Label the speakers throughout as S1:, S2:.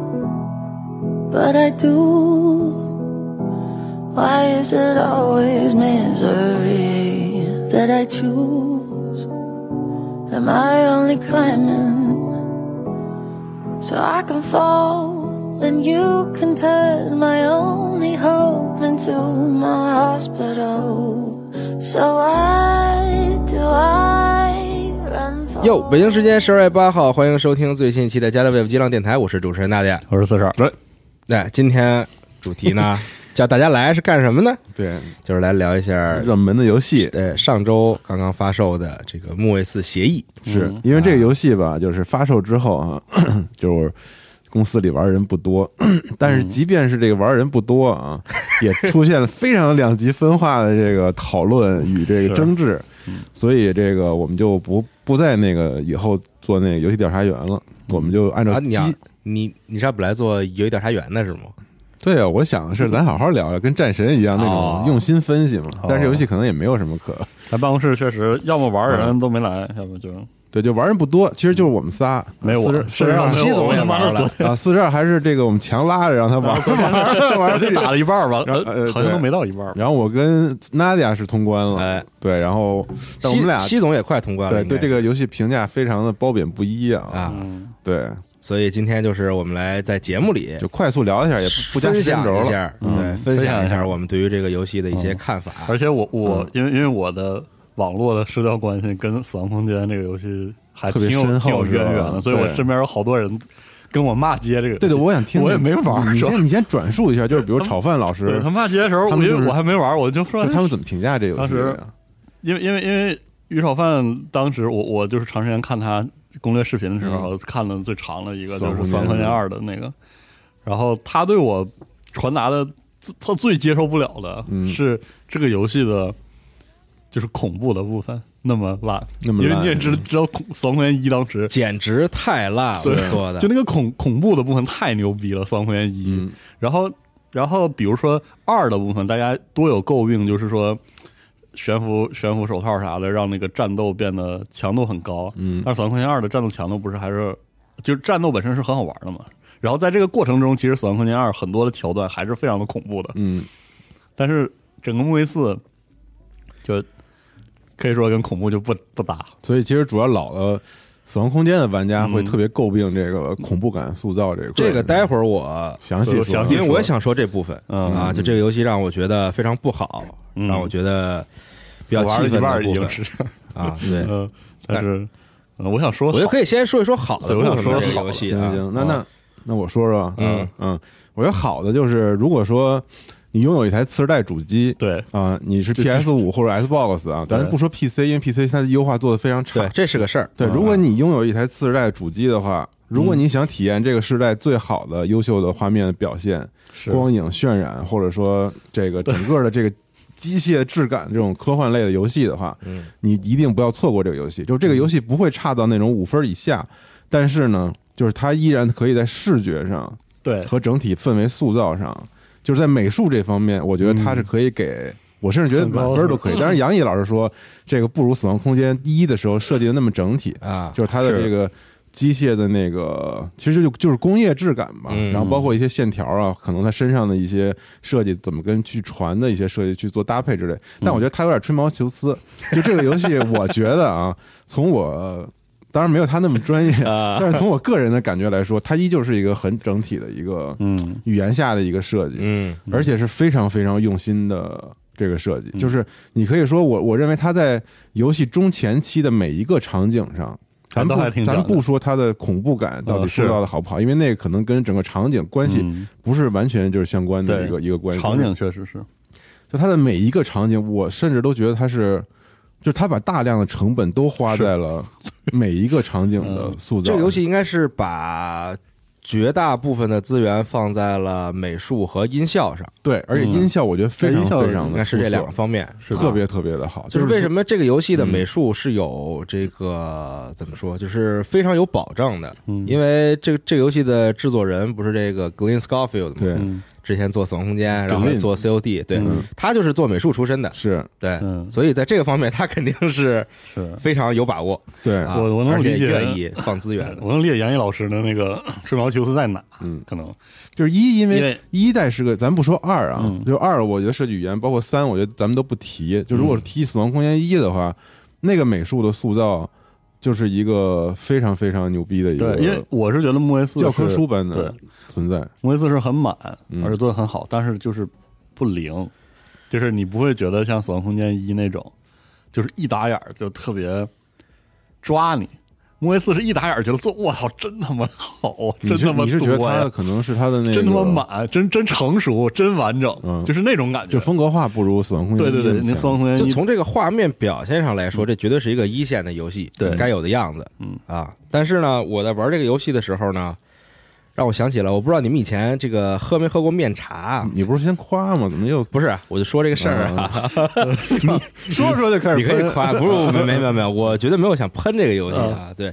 S1: fun, but I do. Why is it always misery that I choose? Am I only climbing so I can fall? And you can turn my only hope into my hospital. So I do I run for
S2: 哟，北京时间十二月八号，欢迎收听最新一期的《加勒 web 激浪电台》，我是主持人大家。
S3: 我是四十二，
S2: 哎，今天主题呢，叫大家来是干什么呢？
S4: 对，
S2: 就是来聊一下，
S4: 热门的游戏
S3: 哎
S4: 哎
S2: 呃，上周刚刚发售的这个《木卫四协议
S4: 是
S3: 嗯
S4: 因为这个
S3: 啊
S4: 游戏吧，就是发售之后啊， 就是公司里玩的人不多， 但
S3: 嗯
S4: 是即便是这个玩的人不多啊，也出现了非常两极分化的这个讨论与这个争执，
S3: 嗯
S4: 所以这个我们就不不在那个以后做那个游戏调查员了，
S3: 嗯
S4: 我们就按》
S2: 啊，
S4: 照
S2: 你要
S4: 机。
S2: 你你是要本来做游戏调查员的是吗？
S4: 对啊，我想的是咱好好聊聊，跟战神一样那
S2: 哦
S4: 种用心分析嘛。但是
S3: 嗯哦
S4: 游戏可能也没有什么可
S3: 来办公室确实，要么玩儿的人都没来，要不就
S4: 对，就玩人不多，其实就是我们仨，
S3: 没我
S4: 啊
S3: 四
S4: 四十
S3: 十二
S4: 四
S3: 没
S4: 十
S3: 有我也玩了，
S4: 啊，四十二还是这个我们强拉着让他玩玩玩
S3: 就打了一半儿吧，
S4: 然后
S3: 呃
S4: 呃
S3: 好像都
S4: 对
S3: 没到一半儿吧。
S4: 然后我跟 Nadia 是通关了
S2: 哎，
S4: 对，然后但我
S2: 西
S4: 们俩
S2: 西总也快通关了，
S4: 对对
S2: 应该
S4: 这个游戏评价非常的褒贬不一啊，
S2: 啊，
S3: 嗯，
S4: 对，
S2: 所以今天就是我们来在节目里
S4: 就快速聊一下，也不不加
S2: 分
S4: 时间
S2: 享
S4: 轴
S2: 一
S4: 了，
S2: 下，
S3: 嗯
S2: 对，分享
S3: 分享
S2: 一
S3: 一
S2: 下
S3: 下
S2: 我们对于这个游戏的一些看法。
S3: 而且我我
S4: 嗯
S3: 因为因为我的网络的社交关系跟《死亡空间》这个游戏还
S4: 特
S3: 挺
S4: 别
S3: 有
S4: 深
S3: 挺有
S4: 厚是吧
S3: 渊源的，所以我
S4: 对
S3: 身边有好多人跟我骂街这个游戏。
S4: 对对，我想听，
S3: 我也没玩儿
S4: 你
S3: 是吧
S4: 先你先转述一下，就是比如炒饭老
S3: 对
S4: 师
S3: 他，骂街的时候，
S4: 他
S3: 因
S4: 们
S3: 为
S4: 就是
S3: 我还没玩儿，我就说
S4: 就他们怎么评价这游戏啊的呀？
S3: 因为因为因为鱼炒饭当时我我就是长时间看他攻略视频的时
S4: 嗯
S3: 候，看了最长的一个就是《
S4: 死
S3: 三
S4: 亡空
S3: 空
S4: 间
S3: 间二》的那个，然后他对我传达的最他最接受不了的
S4: 嗯
S3: 是这个游戏的，就是恐怖的部分那么烂，
S4: 那么
S3: 因为
S4: 烂
S3: 你也知知道恐《死亡空间一》当时
S2: 简直太烂
S3: 对
S2: 了，做的
S3: 就那个恐恐怖的部分太牛逼了，《三国演一》
S4: 嗯
S3: 然后，然后比如说二的部分，大家多有诟病，就是说悬浮悬浮手套啥的，让那个战斗变得强度很高。
S4: 嗯
S3: 但是《三国演二》的战斗强度不是还是就是战斗本身是很好玩的嘛？然后在这个过程中，其实《死亡空间二》很多的桥段还是非常的恐怖的，
S4: 嗯，
S3: 但是整个《木卫四》就可以说跟恐怖就不不搭。
S4: 所以其实主要老的。死亡空间的玩家会
S3: 嗯
S4: 特别诟病这个恐怖感塑造这一块儿，
S2: 这个待会儿我
S4: 详细说啊
S3: 详细
S2: 因为我也想说这部分
S3: 啊嗯
S2: 啊，就这个游戏让我觉得非常不好，
S3: 嗯
S2: 让我觉得比较
S3: 我玩
S2: 气
S3: 了
S2: 愤
S3: 一半儿
S2: 的
S3: 已
S2: 部
S3: 经
S2: 分
S3: 是，
S2: 啊。对，
S3: 嗯，但是呃 我想说
S2: 我
S3: 好，
S2: 就可以先说一说好的
S3: 对
S2: 部
S3: 我想
S2: 分吧
S3: 说
S2: 这个
S3: 好的
S2: 游戏
S4: 行
S2: 啊
S4: 行，，那那那我说说，
S2: 嗯
S4: 嗯，我觉得好的就是，如果说你拥有一台次世代主机，
S3: 对
S4: 啊、你是 PS 五或者 Xbox 啊，咱
S3: 对
S4: 不说 PC，因为 PC 它的优化做的非常差
S2: 对，。这是个事儿。
S4: 对，如果你拥有一台次世代主机的话，如果你想体验这个世代最好的优秀的画面表现、
S3: 是
S4: 光影渲染，或者说这个整个的这个机械质感这种科幻类的游戏的话，
S2: 嗯
S4: 你一定不要错过这个游戏。就这个游戏不会差到那种五分以下，但是呢，就是它依然可以在视觉上
S3: 对
S4: 和整体氛围塑造上，就是在美术这方面，我觉得它是可以给。我甚至觉得满分都可以，当然杨毅老师说这个不如《死亡空间一》的时候设计的那么整体，
S2: 啊，
S4: 就是它的
S3: 是
S4: 这个机械的那个，其实就就是工业质感吧。
S2: 嗯
S4: 然后包括一些线条啊，可能它身上的一些设计，怎么跟去船的一些设计去做搭配之类。但我觉得它有点吹毛求疵。就这个游戏，我觉得啊，从我当然没有他那么专业，但是从我个人的感觉来说，它依旧是一个很整体的一个
S3: 嗯
S4: 语言下的一个设计。
S2: 嗯
S4: 而且是非常非常用心的这个设
S3: 嗯
S4: 计，就是你可以说我我认为它在游戏中前期的每一个场景上，咱们
S3: 哎都还
S4: 不
S3: 挺
S4: 咱们
S3: 讲究
S4: 不说它的恐怖感到底
S3: 呃
S4: 塑造的好不好，因为那个可能跟整个场景关系
S3: 嗯
S4: 不是完全就是相关的
S3: 对
S4: 一个一个关系。
S3: 场景确实是，
S4: 就它的每一个场景，我甚至都觉得它是。就它把大量的成本都花在了每一个场景
S3: 嗯
S4: 的塑
S2: 这
S4: 造。
S2: 个游戏应该是把绝大部分的资源放在了美术和音效上，
S4: 对，
S3: 嗯
S4: 而且音效我觉得非常
S3: 音效
S4: 非常的
S2: 应该是这两个
S4: 出
S2: 方面，
S4: 色特别特别的好。
S2: 就是为什
S4: 么
S2: 么这个游戏
S3: 嗯
S2: 的美术是有这个怎么说，就是非常有保障的，
S3: 嗯
S2: 因为这个这个游戏的制作人不是这个 Glenn Scofield 吗？
S4: 对
S3: 嗯，
S2: 之前做死亡空间，然后
S4: Glint
S2: 做 COD，对、
S3: 嗯
S2: 他就是做美术出身的，
S4: 是
S2: 对，
S3: 嗯
S2: 所以在这个方面他肯定是
S3: 是。
S2: 非常有把握。
S4: 对，
S2: 啊、
S3: 我我能
S2: 而且
S3: 理解
S2: 愿意放资源的，
S3: 我能理解杨毅老师的那 个吹毛求疵在哪，
S4: 嗯
S3: 可能
S4: 就是一，因
S3: 因
S4: 为
S3: 为
S4: 一代是个，咱不说二啊，
S3: 嗯
S4: 就二，我觉得设计语言包括三，我觉得咱们都不提。就如果是提《死亡空间一》的话，那个美术的塑造就是一个非常非常牛逼的一
S3: 对，因为
S4: 个
S3: 我是觉得穆维斯
S4: 教科
S3: 是
S4: 书般的
S3: 对
S4: 存在。
S3: 穆维斯是很满
S4: 嗯，
S3: 而且做的很好，但是就是不灵，就是你不会觉得像《死亡空间一》那种，就是一打眼儿就特别抓你。穆维斯是一打眼儿觉得做，我操，真他妈好啊，
S4: 你
S3: 真
S4: 是
S3: 他妈
S4: 你是觉得
S3: 多
S4: 他
S3: 呀，
S4: 可能是他的那个
S3: 真他妈满，真真成熟，真完整，
S4: 嗯
S3: 就是那种感觉
S4: 就。风格化不如《死亡空间
S3: 对
S4: 一》
S3: 对对，那
S4: 那
S3: 《死亡空间
S2: 就
S3: 一》
S2: 从这个画面表现上
S4: 嗯
S2: 来说，这绝对是一个一线的游戏
S3: 对
S2: 该有的样子。
S3: 嗯
S2: 啊，但是呢，我在玩这个游戏的时候呢，让我想起了，我不知道你们以前这个喝没喝过面茶啊？
S4: 你不是先夸吗？怎么又
S2: 不是，我就说这个事儿啊，
S4: 嗯说着说着就开
S2: 你
S4: 始
S2: 可以
S4: 喷？
S2: 夸，不是，没没没没有，我绝对没有想喷这个游戏啊。对，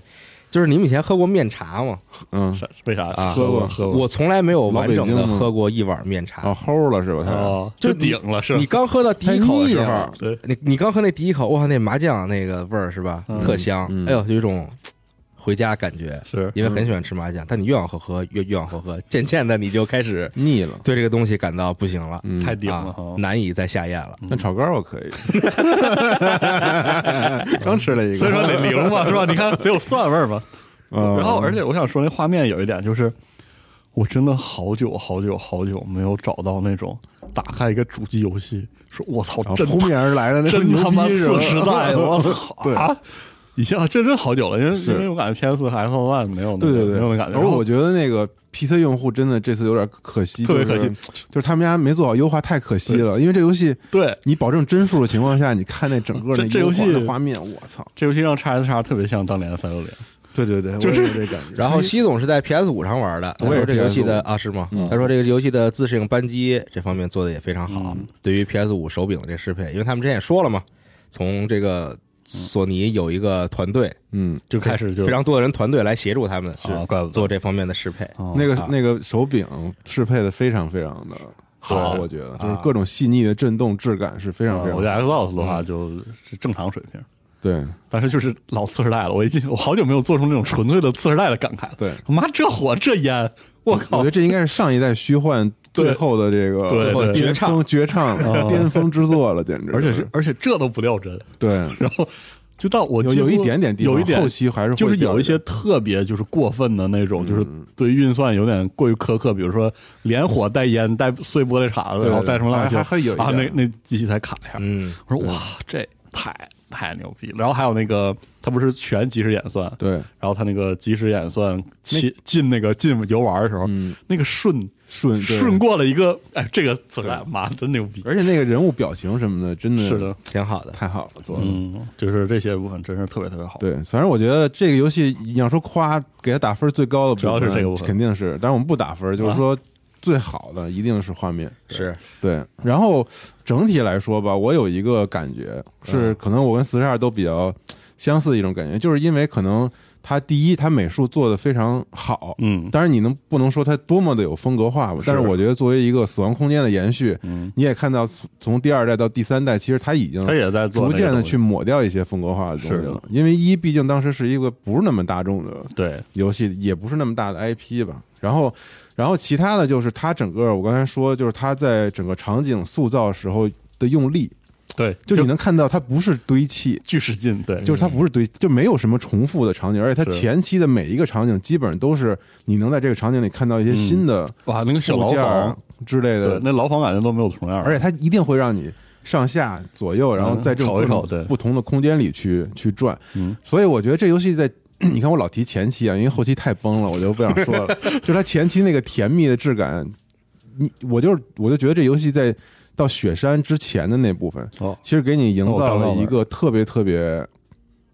S2: 就是你们以前喝过面茶吗？
S4: 嗯，
S3: 是为啥
S2: 啊
S3: 喝过喝过？
S2: 我从来没有完整
S4: 老北
S2: 的
S4: 京吗
S2: 喝过一碗面
S4: 啊
S2: 茶。
S4: 齁了是吧？他
S3: 哦，
S2: 就
S3: 就
S2: 你
S3: 顶了是吧
S2: 你刚喝到第一口的时
S4: 太腻
S2: 候
S4: 了，
S3: 对
S2: 你你刚喝那第一口，哇，那麻酱那个味儿是吧？
S3: 嗯
S2: 特香
S4: 嗯，
S2: 哎呦，有一种嘖回家感觉。
S3: 是
S2: 因为很喜欢吃麻酱，但你越往后喝越越往后喝，渐渐的你就开始
S4: 腻了，
S2: 对这个东西感到不行了，
S4: 嗯，
S3: 太顶了嗯
S2: 啊
S3: 哈，，
S2: 难以再下咽了。
S4: 那炒肝我可以，刚吃了一个，
S3: 所以说得灵嘛是吧？你看得有蒜味儿嘛。
S4: 嗯，
S3: 然后，而且我想说，那画面有一点就是，我真的好久好久好久没有找到那种打开一个主机游戏，说我操，
S4: 然后
S3: 真
S4: 扑啊面而来的那
S3: 真他妈
S4: 次
S3: 次时 代， 我操
S4: 对
S3: 啊！以前啊这真好久了，因为
S4: 是
S3: 因为我感觉 PS 和 Xbox One 没有那
S4: 对
S3: 个
S4: 对对，
S3: 没有那感觉，
S4: 而
S3: 然后
S4: 我觉得那个 PC 用户真的这次有点可惜，
S3: 特别可惜
S4: 就是，就是他们家没做好优化，太可惜了。因为这游戏，
S3: 对
S4: 你保证帧数的情况下，你看那整个
S3: 这
S4: 那
S3: 这
S4: 优化
S3: 游戏
S4: 的画面，我操！
S3: 这游戏让 x S 叉特别像当年的三六零，
S4: 对对对，
S3: 就是
S4: 我也有这感觉。
S2: 然后西总是在 PS 五上玩的，他
S4: 我
S2: 说
S4: 也是
S2: 这个游戏
S4: PS5
S2: 的啊是吗
S4: 嗯？
S2: 他说这个游戏的自适应扳机这方面做的也非常好
S3: 嗯，
S2: 对于 PS 五手柄的这适配，因为他们之前也说了嘛，从这个索尼有一个团队，
S4: 嗯，
S3: 就开始就
S2: 非常多的人团队来协助他们
S3: 啊，怪不得
S2: 做这方面的适配。
S3: 哦
S4: 那个
S2: 啊
S4: 那个手柄适配的非常非常的好，
S3: 对
S4: 我觉得
S2: 啊
S4: 就是各种细腻的震动质感是非常非
S3: 啊
S4: 常
S3: 我觉
S4: 好
S3: 得 Xbox 的
S4: 嗯
S3: 话就是正常水平。
S4: 对
S3: 但是就是老次时代了，我一进，我好久没有做出那种纯粹的次时代的感慨了。
S4: 对。
S3: 妈，这火这烟，我
S4: 我
S3: 靠
S4: 觉得！这应该是上一代虚幻最后的这个
S3: 对最后对
S4: 巅峰绝唱
S3: 哦
S4: 巅峰之作了，简直！
S3: 而且是而且这都不掉 帧，
S4: 对，
S3: 然后就到我
S4: 有
S3: 几乎
S4: 有一点点地方
S3: 有一点
S4: 后期还是会
S3: 就是
S4: 掉嗯
S3: 有一些
S4: 帧
S3: 特别就是过分的那种，就是对运算有点过于苛刻，比如说连火带烟带碎玻璃碴子，
S4: 对
S3: 然后带什么
S4: 还
S3: 浪
S4: 还
S3: 球，
S4: 还有一
S3: 啊，那
S4: 点
S3: 那机器才卡一下。
S2: 嗯，
S3: 我说哇，这太太牛逼！了。然后还有那个，它不是全即时演算，
S4: 对，
S3: 然后它那个即时演算进进那个进游玩的时候，
S4: 嗯，
S3: 那个顺
S4: 顺对
S3: 顺过了一个，哎，这个词儿，妈真牛逼！
S4: 而且那个人物表情什么的，真的
S3: 是的，
S2: 挺好的。
S4: 太好了，做的。
S3: 嗯，就是这些部分真是特别特别好。
S4: 对，反正我觉得这个游戏你要说夸，给它打分最高的部
S3: 主
S4: 分，
S3: 要是这个部分啊
S4: 肯定是。但是我们不打分，就是说最好的一定是画面。
S2: 是，
S4: 对，然后整体来说吧，我有一个感觉是，
S3: 嗯
S4: 可能我跟四十二都比较相似的一种感觉，就是因为可能它第一，它美术做的非常好，
S3: 嗯，
S4: 当然你能不能说它多么的有风格化吧？但是我觉得作为一个死亡空间的延续，
S3: 嗯，
S4: 你也看到从从第二代到第三代，其实它已经
S3: 他也在做
S4: 逐
S3: 那个
S4: 渐的
S3: 东西
S4: 去抹掉一些风格化的东西
S3: 是的
S4: 了，因为一毕竟当时是一个不是那么大众的
S3: 对，
S4: 游戏也不是那么大的 IP 吧。然后，然后其他的就是它整个，我刚才说，就是它在整个场景塑造时候的用力，
S3: 对，
S4: 就你能看到它不是堆砌，
S3: 巨使劲，对，
S4: 就是它不是堆，就没有什么重复的场景，而且
S3: 嗯
S4: 它
S3: 是
S4: 前期的每一个场景基本上都是你能在这个场景里看到一些
S3: 嗯
S4: 新的
S3: 哇，那个小牢
S4: 物件儿
S3: 房，
S4: 之类
S3: 对
S4: 的，，
S3: 那牢房感觉都没有重样
S4: 而
S3: 儿，
S4: 且它一定会让你上下左右，然后在这
S3: 嗯
S4: 种
S3: 炒一炒
S4: 各种
S3: 对
S4: 不同的空间里去去转。
S3: 嗯，
S4: 所以我觉得这游戏在 你看我老提前期啊，因为后期太崩了，我就不想 说了。就它前期那个甜蜜的质感，你我就是我就觉得这游戏在到雪山之前的那部分，
S3: 哦，
S4: 其实给你营造了一个特别特别，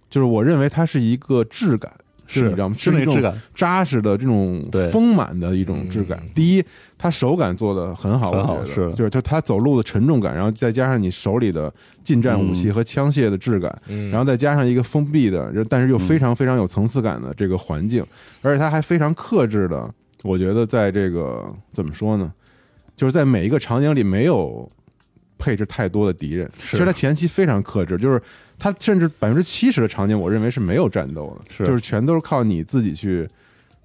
S4: 就是我认为它是一个质感。就是你知道吗？
S3: 是那
S4: 一种
S3: 质感，
S4: 扎实的这种
S3: 对嗯
S4: 丰满的一种质感。第一，它手感做的很好，
S3: 很好
S4: 我觉得
S3: 是
S4: 就是它它走路的沉重感，然后再加上你手里的近战武
S3: 嗯
S4: 器和枪械的质感，
S2: 嗯，
S4: 然后再加上一个封闭的，但是又非常非常有层次感的这个环境，而且它还非常克制的，我觉得在这个怎么说呢？就是在每一个场景里没有配置太多的敌人。其实它前期非常克制，就是它甚至百分之七十的场景，我认为是没有战斗的，
S3: 是
S4: 就是全都是靠你自己去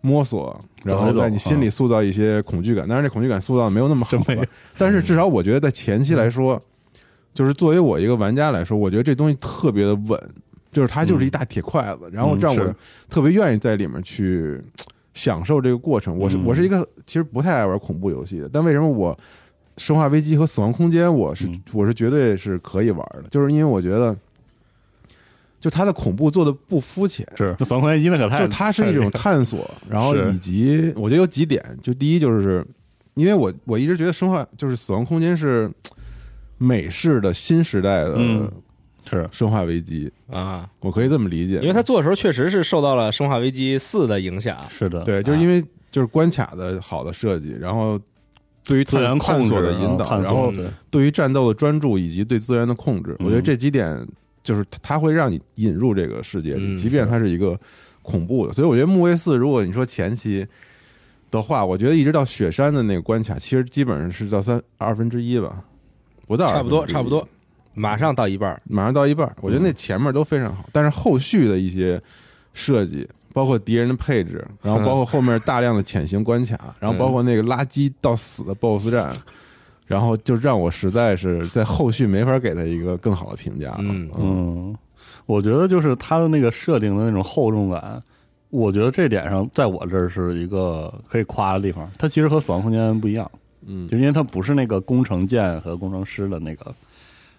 S4: 摸索，然后在
S3: 啊
S4: 你心里塑造一些恐惧感。当然，这恐惧感塑造的没有那么好
S3: 真
S4: 吧
S3: 没有，
S4: 但是至少我觉得在前期来
S3: 嗯
S4: 说，就是作为我一个玩家来说，我觉得这东西特别的稳，就是它就是一大铁筷子，然后让
S3: 嗯是
S4: 我特别愿意在里面去嘖享受这个过程。我是
S3: 嗯
S4: 我是一个其实不太爱玩恐怖游戏的，但为什么我《生化危机》和《死亡空间》我是
S3: 嗯
S4: 我是绝对是可以玩的，就是因为我觉得。就它的恐怖做的不肤浅，
S3: 是那三块钱一那可太，
S4: 就它是一种
S3: 太
S4: 探索，然后
S3: 是
S4: 以及我觉得有几点，就第一就是，因为我我一直觉得生化就是死亡空间是美式的新时代的
S3: 嗯是
S4: 生化危机，
S2: 啊，
S4: 我可以这么理解，
S2: 因为他做的时候确实是受到了《生化危机四》的影响，
S3: 是的，
S4: 对，就是因为就是关卡的好的设计，然后对于
S3: 资
S4: 探
S3: 源
S4: 探
S3: 控
S4: 索
S3: 制啊
S4: 的引导，
S3: 探索
S4: 然后
S3: 对
S4: 对于战斗的专注以及对资源的控制，
S3: 嗯
S4: 我觉得这几点就是它它会让你引入这个世界里，
S2: 嗯
S4: 即便它是一个恐怖的。所以我觉得木卫四，如果你说前期的话，我觉得一直到雪山的那个关卡，其实基本上是到三二分之一吧，不到
S2: 差不多，
S4: 1/2
S2: 差不多，，马上到一半儿，
S4: 嗯马上到一半儿。我
S2: 嗯
S4: 觉得那前面都非常好，但是后续的一些设计。包括敌人的配置，然后包括后面大量的潜行关卡，然后包
S2: 嗯
S4: 括那个垃圾到死的 BOSS 战，然后就让我实在是在后续没法给他一个更好的评价了。
S2: 嗯
S3: 嗯，我觉得就是它的那个设定的那种厚重感，我觉得这点上在我这儿是一个可以夸的地方。它其实和死亡空间不一样，
S4: 嗯，
S3: 就因为它不是那个工程舰和工程师的那个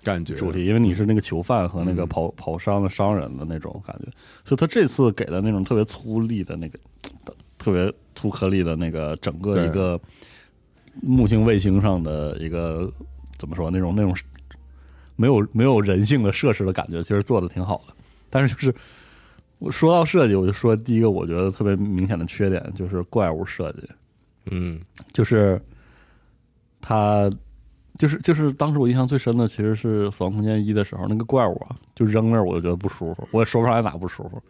S4: 感觉
S3: 主题，因为你是那个囚犯和那个跑跑商的商人的那种感觉，所以他这次给的那种特别粗粝的那个特别粗颗粒的那个整个
S4: 对
S3: 一个木星卫星上的一个怎么说那种那种没有没有人性的设施的感觉，其实做的挺好的。但是就是我说到设计，我就说第一个我觉得特别明显的缺点就是怪物设计，
S2: 嗯
S3: 就是他，就是就是当时我印象最深的其实是《死亡空间一》的时候，那个怪物啊，就扔那儿我就觉得不舒服，我也说不上来哪不舒服。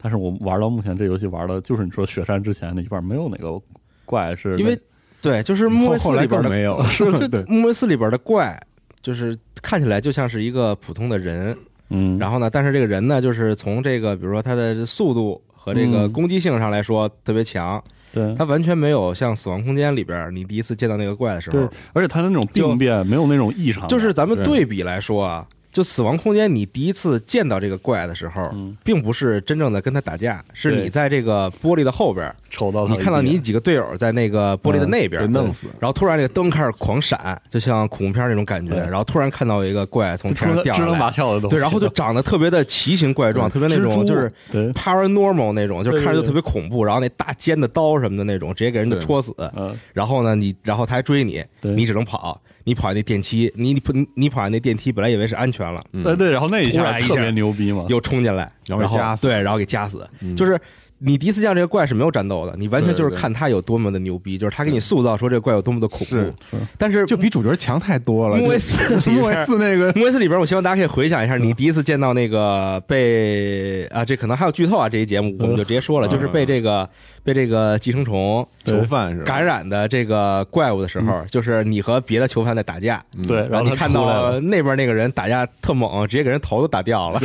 S3: 但是我玩到目前这游戏玩的，就是你说雪山之前那一半，没有哪个怪是
S2: 因为对，就是木
S4: 嗯
S2: 卫
S4: 后后
S2: 四
S4: 来
S2: 里边
S4: 更
S2: 的
S4: 没有
S2: 是这
S4: 对
S2: 木卫四里边的怪，就是看起来就像是一个普通的人，
S3: 嗯，
S2: 然后呢，但是这个人呢，就是从这个比如说他的速度和这个
S3: 嗯
S2: 攻击性上来说特别强，
S3: 对
S2: 他完全没有像《死亡空间》里边你第一次见到那个怪的时
S3: 对
S2: 候，，
S3: 而且他那种病变没有那种异常感，
S2: 就是咱们
S4: 对
S2: 对比来说啊。就《死亡空间》，你第一次见到这个怪的时候，
S3: 嗯
S2: 并不是真正的跟他打架，是
S3: 对
S2: 你在这个玻璃的后边，
S3: 瞅到
S2: 哦
S3: 他
S2: 你
S3: 一嗯
S2: 看到你
S3: 眼
S2: 几个队友在那个玻璃的那边
S4: 被弄死。
S2: 然后突然这个灯开始狂闪，就像恐怖片那种感觉。
S3: 对
S2: 然后突然看到一个怪从
S3: 就
S2: 天
S3: 支
S2: 上
S3: 棱
S2: 掉
S3: 支
S2: 下
S3: 棱拔
S2: 来，
S3: 翘的东西，
S2: 对，然后就长得特别的奇形怪状，特别那种就是
S3: 对，
S2: paranormal 那种，就是看着
S3: 对对对
S2: 就特别恐怖。然后那大尖的刀什么的那种，直接给人就戳死。
S3: 嗯，
S2: 然后呢，你然后他还追你，
S3: 对
S2: 你只能跑，你跑那电梯，你你你跑那电梯，本来以为是安全了，
S4: 嗯
S3: 对对，然后那一
S2: 突
S3: 下
S2: 然一下
S3: 特别牛逼嘛，
S2: 又冲进来，
S4: 然
S2: 然
S4: 后给夹死
S2: 对，然后给夹死。
S4: 嗯
S2: 就是你第一次见到这个怪是没有战斗的，你完全就是
S4: 对对对
S2: 看他有多么的牛逼，就是他给你塑造说这个怪有多么的恐
S4: 是
S2: 怖。但 是
S4: 就比主角强太多了。
S2: 木卫四
S4: 就
S2: 里边
S4: 木卫嗯四那个
S2: 《魔斯》里边，我希望大家可以回想一下，你第一次见到那个被啊，这可能还有剧透啊，这一节目我们就直接说了，
S4: 嗯
S2: 就是被这个被这个寄生虫
S4: 囚犯是嗯吧？
S2: 感染的这个怪物的时候，就是你和别的囚犯在打架，
S4: 嗯
S3: 对，然
S2: 然
S3: 后
S2: 后
S3: 他
S2: 你看
S3: 出来了
S2: 到那边那个人打架特猛，直接给人头都打掉了，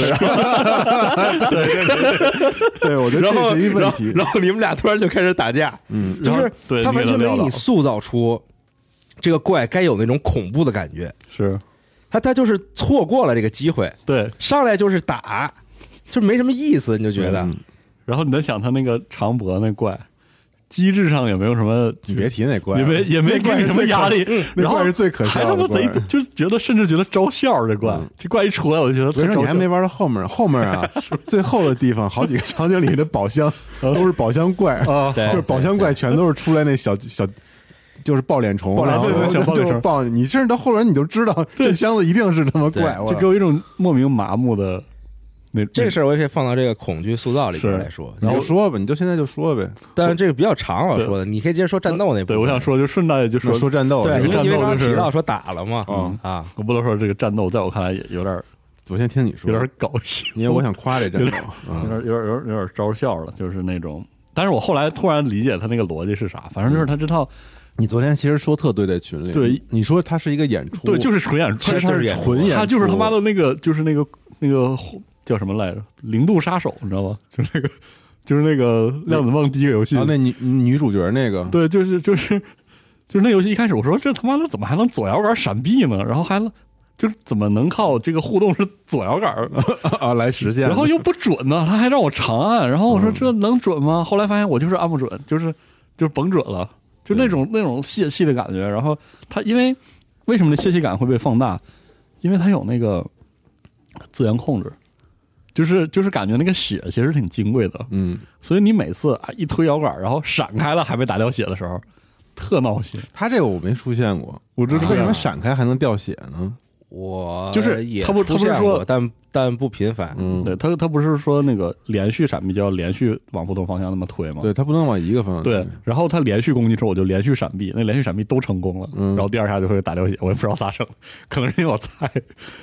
S4: 对，我觉得
S2: 然后
S4: 哎这是一问
S2: 然后
S4: 题。
S2: 然后你们俩突然就开始打架，
S4: 嗯，
S2: 就是
S3: 对
S2: 他完全
S3: 虐
S2: 没
S3: 到
S2: 给
S3: 撂
S2: 你
S3: 倒
S2: 塑造出这个怪该有那种恐怖的感觉，
S3: 是
S2: 他他就是错过了这个机会，
S3: 对，
S2: 上来就是打，就没什么意思，你就觉得。
S4: 嗯
S3: 然后你再想他那个长脖那怪，机制上也没有什么，
S4: 你别提那怪
S3: 也
S4: 了，
S3: 没也没给你什么压力，
S4: 嗯那
S3: 然后
S4: 怪是最可
S3: 还
S4: 笑
S3: 他
S4: 的怪。
S3: 妈贼，就是觉得甚至觉得招笑这怪，这怪一出来我就觉得
S4: 我跟
S3: 特招
S4: 你说，你
S3: 笑
S4: 还没玩到后面，后面 啊，最后的地方好几个场景里的宝箱
S3: 嗯
S4: 都是宝箱怪，
S3: 啊，
S2: 对
S4: 就是宝箱怪全都是出来那小小，就是抱脸虫，
S3: 抱脸虫
S4: 然后
S3: 小抱脸
S4: 就是
S3: 虫
S4: 抱你，甚至到后来你就知道这箱子一定是他妈怪，我
S3: 就给我一种莫名麻木的那
S2: 这个事儿我也可以放到这个恐惧塑造里边
S3: 是
S2: 来说，
S4: 你就说吧，你就现在就说呗，
S2: 但是这个比较长，我说的，你可以接着说战斗那部分。
S3: 对，我想，说就顺带就
S4: 说
S3: 说
S4: 说战斗，啊
S2: 对，
S3: 这
S2: 因
S3: 个
S2: 为
S3: 战
S2: 因为
S3: 斗
S2: 刚刚
S3: 就是
S2: 提到说打了嘛，
S3: 嗯
S2: 啊，
S3: 我不能说这个战斗在我看来也有点
S4: 我先听你
S3: 有
S4: 说，
S3: 点搞笑。
S4: 因为我想夸这战
S3: 有
S4: 斗
S3: 点
S4: 啊
S3: 有，点有点有点有点招笑了，就是那种。但是我后来突然理解他那个逻辑是啥，反正就是他这套
S4: 你昨天其实说特对这群里，
S3: 对，
S4: 你说它是一个演出，
S3: 对，就是纯演
S4: 其
S3: 出，
S4: 实它
S2: 就是演出
S4: 纯演出，
S3: 他就是他妈的那个，就是那个那个叫什么来着，《零度杀手》，你知道吗？就是那个，就是那个量子梦第一个游戏
S4: 然后，啊那女女主角那个，
S3: 对，就是就是就是那游戏一开始我说这他妈的怎么还能左摇杆闪避呢？然后还能就是怎么能靠这个互动是左摇杆儿，
S4: 啊来实现，
S3: 然后又不准呢？他还让我长按，然后我说这能准吗？后来发现我就是按不准，就是就是甭准了，就那种那种泄气的感觉。然后他因为为什么这泄气感会被放大？因为它有那个资源控制。就是就是感觉那个血其实挺金贵的，
S4: 嗯，
S3: 所以你每次啊一推摇杆，然后闪开了还没打掉血的时候，特闹心。
S4: 他这个我没出现过，
S3: 我这
S4: 为什么闪开还能掉血呢？
S2: 我
S3: 就是
S2: 也
S3: 他不他不是
S2: 出现
S3: 说
S2: 过但但不频繁，
S4: 嗯，
S3: 对他他不是说那个连续闪避就要连续往不同方向那么推吗？
S4: 对，他不能往一个方向，
S3: 哦对，然后他连续攻击之后，我就连续闪避，那连续闪避都成功了，
S4: 嗯
S3: 然后第二下就会打掉血，我也不知道咋整，可能是因为我菜。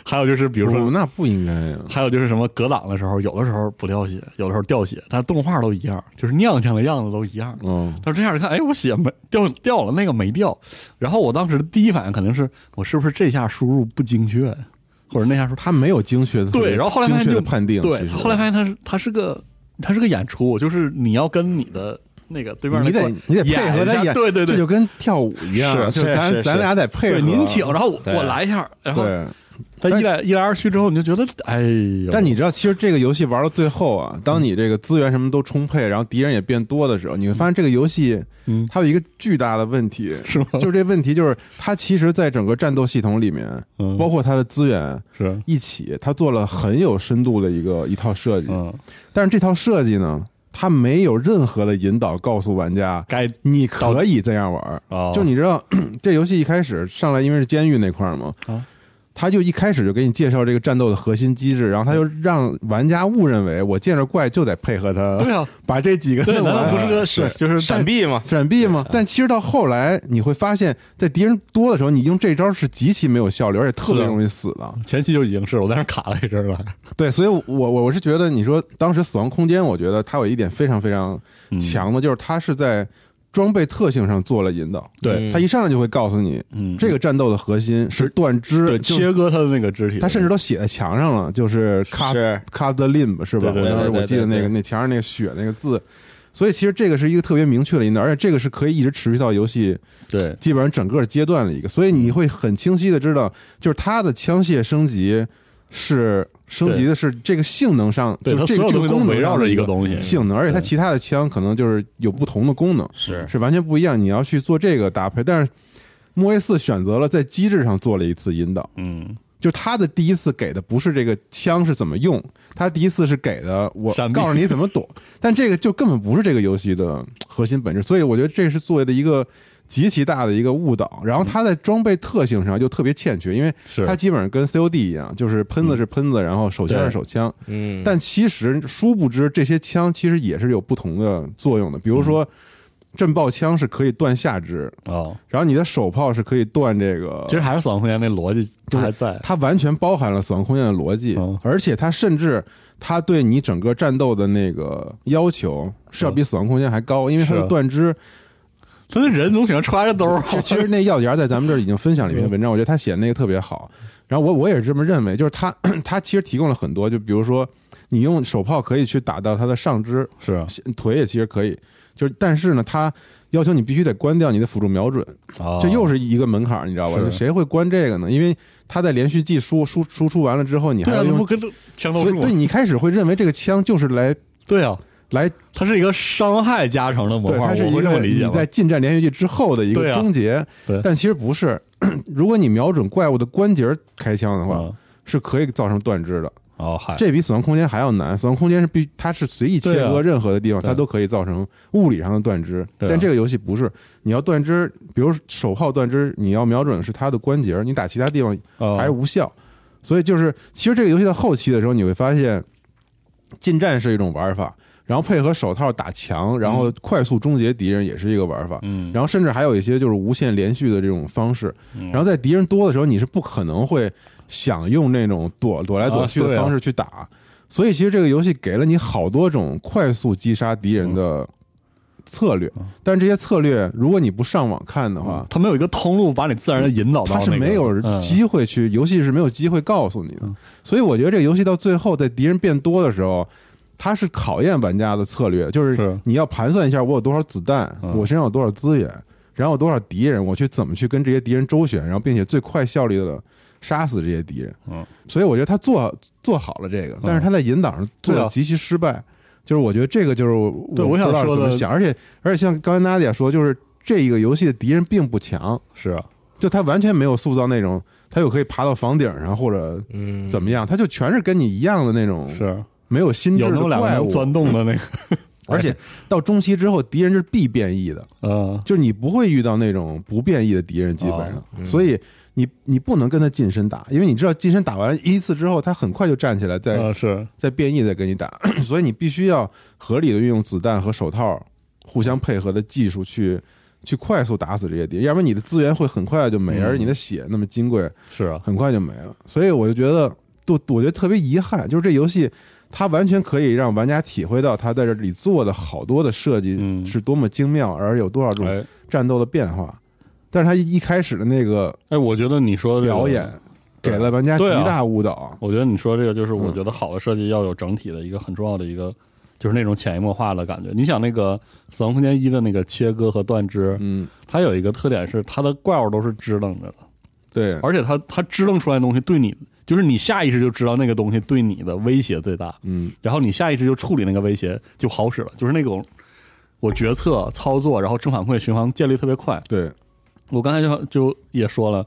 S3: 还有就是比如
S4: 不
S3: 说，
S4: 那不应该呀，
S3: 还有就是什么格挡的时候，有的时候不掉血，有的时候掉血，但动画都一样，就是酿酱的样子都一样。
S4: 嗯，
S3: 但是这样一看，哎，我血没掉掉了，那个没掉。然后我当时的第一反应肯定是，我是不是这下输入不精确，或者那下输入
S4: 他没有精确的
S3: 对，然后后来
S4: 精
S3: 发现
S4: 确
S3: 就
S4: 的判定，
S3: 对
S4: 其，实
S3: 后来发现他是他是个他是个演出，就是你要跟你的那个对面
S4: 你
S3: 那
S4: 得
S3: 个
S4: 你得配合他
S3: 演一下对对
S4: 这
S3: 对
S4: 就，跟跳舞一样，
S3: 是
S4: 就是咱
S3: 是
S4: 咱
S3: 是
S4: 俩得配合。
S3: 对您请，然后我
S2: 对
S3: 我来一下，然后
S4: 对，
S3: 他一来一来二去之后，你就觉得哎呦，
S4: 但你知道，其实这个游戏玩到最后啊，当你这个资源什么都充沛，然后敌人也变多的时候，你会发现这个游戏
S3: 嗯
S4: 它有一个巨大的问题，
S3: 是吗？
S4: 就是这问题就是它其实，在整个战斗系统里面，
S3: 嗯
S4: 包括嗯它的资源
S3: 是
S4: 一起，它做了很有深度的一个一套设计。
S3: 嗯，
S4: 但是这套设计呢，它没有任何的引导告诉玩家
S3: 该
S4: 你可以这样玩儿。
S3: 哦
S4: 就你知道， 这游戏一开始上来因为是监狱那块儿嘛
S3: 啊，
S4: 他就一开始就给你介绍这个战斗的核心机制，然后他就让玩家误认为我见着怪就得配合他，
S3: 对啊，
S4: 把这几个
S3: 对，
S4: 弄
S3: 难道
S4: 完
S3: 不是个
S4: 对
S3: 是就是
S2: 闪避嘛，
S4: 闪避吗？但其实到后来你会发现，在敌人多的时候，你用这招是极其没有效率，而且特别
S3: 是啊
S4: 容易死的。
S3: 前期就已经是我在那儿卡了一阵儿了，
S4: 对，所以我，我我是觉得，你说当时《死亡空间》，我觉得它有一点非常非常
S3: 嗯
S4: 强的，就是它是在装备特性上做了引导。
S3: 对
S2: 嗯
S4: 它一上来就会告诉你，
S3: 嗯
S4: 这个战斗的核心是断肢，
S3: 对
S4: 就
S3: 切割他的那个肢体，
S4: 他甚至都写在墙上了，就是卡
S2: 是
S4: 卡的 limb 是吧？
S3: 对对
S4: 我
S3: 对
S4: 当时
S2: 对对
S4: 我记得那个
S2: 对
S4: 那墙上那个血那个字，所以其实这个是一个特别明确的引导，而且这个是可以一直持续到游戏
S3: 对
S4: 基本上整个阶段的一个，所以你会很清晰的知道，就是它的枪械升级是升级的是这个性能上，
S3: 对，
S4: 就
S3: 他
S4: 这
S3: 所
S4: 个
S3: 有东西
S4: 这个
S3: 都
S4: 功能
S3: 围绕
S4: 上的
S3: 着
S4: 一
S3: 一
S4: 个
S3: 个东西，
S4: 性能，而且它
S3: 对
S4: 其他的枪可能就是有不同的功能，
S2: 是
S4: 是完全不一样，你要去做这个搭配，但是。莫耶斯选择了在机制上做了一次引导，
S3: 嗯，
S4: 就他的第一次给的不是这个枪是怎么用，他第一次是给的我
S3: 闪避
S4: 告诉你怎么躲，但这个就根本不是这个游戏的核心本质，所以我觉得这是作为的一个极其大的一个误导。然后它在装备特性上又特别欠缺，因为
S3: 是
S4: 它基本上跟 COD 一样，就是喷子是喷子，然后手枪是
S3: 对
S4: 手枪，
S2: 嗯，
S4: 但其实殊不知，这些枪其实也是有不同的作用的。比如说，震爆枪是可以断下肢，
S3: 哦，
S4: 然后你的手炮是可以断这个。
S3: 其实还是死亡空间那逻辑它还在，
S4: 它完全包含了死亡空间的逻辑
S3: 嗯，
S4: 而且它甚至它对你整个战斗的那个要求是要比死亡空间还高，因为它
S3: 是
S4: 的
S3: 啊
S4: 断肢
S3: 他那人总喜欢揣着兜儿，
S4: 其实其实那药点在咱们这儿已经分享了一篇文章，我觉得他写的那个特别好。然后我我也是这么认为，就是 他他其实提供了很多，就比如说你用手炮可以去打到他的上肢，
S3: 是
S4: 腿也其实可以，就是但是呢，他要求你必须得关掉你的辅助瞄准，这又
S3: 是
S4: 是一个门槛儿，你知道吧？
S3: 哦是
S4: 就谁会关这个呢？因为他在连续技输输输出完了之后，你还
S3: 对啊，
S4: 要
S3: 那不
S4: 用，
S3: 跟这枪斗
S4: 所以
S3: 术
S4: 对
S3: 吗？
S4: 你一开始会认为这个枪就是来
S3: 对啊，
S4: 来
S3: 它是一个伤害加成的魔
S4: 对，
S3: 化，
S4: 它是
S3: 我
S4: 一
S3: 会这
S4: 个
S3: 么理解
S4: 你
S3: 吗。
S4: 在近战连续剧之后的一
S3: 对
S4: 个
S3: 啊
S4: 终结，
S3: 对
S4: 但其实不是。如果你瞄准怪物的关节儿开枪的话，
S3: 嗯
S4: 是可以造成断肢的。
S3: 哦，嗨，
S4: 这比死亡空间还要难。死亡空间是必，它是随意切
S3: 对
S4: 割
S3: 啊
S4: 任何的地方，
S3: 对
S4: 它都可以造成物理上的断肢。
S3: 对啊
S4: 但这个游戏不是，你要断肢，比如手炮断肢，你要瞄准的是它的关节儿，你打其他地方
S3: 哦
S4: 还是无效。所以就是，其实这个游戏到后期的时候，你会发现，近战是一种玩法，然后配合手套打墙，然后快速终结敌人也是一个玩法，
S3: 嗯
S4: 然后甚至还有一些就是无限连续的这种方式。然后在敌人多的时候，你是不可能会想用那种躲躲来躲去
S3: 啊
S4: 的
S3: 对啊
S4: 方式去
S3: 嗯
S4: 打。所以其实这个游戏给了你好多种快速击杀敌人的策略，但是这些策略如果你不上网看的话，
S3: 啊他没有一个通路把你自然的引导到、
S4: 它
S3: 那个，
S4: 是没有机会去，游戏是没有机会告诉你的。
S3: 嗯
S4: 所以我觉得这个游戏到最后，在敌人变多的时候，它是考验玩家的策略，就是
S3: 是
S4: 你要盘算一下我有多少子弹，
S3: 嗯
S4: 我身上有多少资源，然后有多少敌人，我去怎么去跟这些敌人周旋，然后并且最快效率的杀死这些敌人。
S3: 嗯，
S4: 所以我觉得他做做好了这个，但是他在引导上
S3: 对
S4: 做的
S3: 啊
S4: 极其失败。就是我觉得这个就是我
S3: 对
S4: 不
S3: 我
S4: 知
S3: 想
S4: 道
S3: 说
S4: 怎
S3: 的
S4: 么想，而且而且像刚才娜姐说，就是这个游戏的敌人并不强，
S3: 是啊
S4: 就他完全没有塑造那种他有可以爬到房顶上或者
S2: 嗯，
S4: 怎么样，他就全是跟你一样的那种
S3: 是啊
S4: 没有心智
S3: 有那
S4: 的
S3: 么两个
S4: 怪
S3: 能
S4: 物，
S3: 钻哎洞 的那个，
S4: 而且到中期之后敌人是必变异的，
S3: 嗯，
S4: 就是你不会遇到那种不变异的敌人，基本
S3: 哦
S4: 上，
S3: 嗯
S4: 所以你你不能跟他近身打，因为你知道近身打完一次之后，他很快就站起来再、
S3: 呃是
S4: 再变异再跟你打， 所以你必须要合理的运用子弹和手套互相配合的技术去去快速打死这些敌人，要不然你的资源会很快就没，
S3: 嗯
S4: 而你的血那么金贵，
S3: 是啊，
S4: 很快就没了。所以我就觉得，都我觉得特别遗憾，就是这游戏它完全可以让玩家体会到它在这里做的好多的设计
S3: 嗯
S4: 是多么精妙，而有多少种
S3: 哎
S4: 战斗的变化。但是它一开始的那个
S3: 哎，我觉得你说的这个
S4: 表演，给了玩家极
S3: 对啊
S4: 大误导。
S3: 我觉得你说这个就是，我
S4: 嗯
S3: 觉得好的设计要有整体的一个很重要的一个，就是那种潜移默化的感觉。你想那个《死亡空间一》的那个切割和断肢，
S4: 嗯，
S3: 它有一个特点是它的怪物都是支棱着的，
S4: 对，
S3: 而且它它支棱出来的东西对你，就是你下意识就知道那个东西对你的威胁最大，
S4: 嗯，
S3: 然后你下意识就处理那个威胁就好使了，就是那种我决策操作，然后正反馈循环建立特别快。
S4: 对，
S3: 我刚才就就也说了，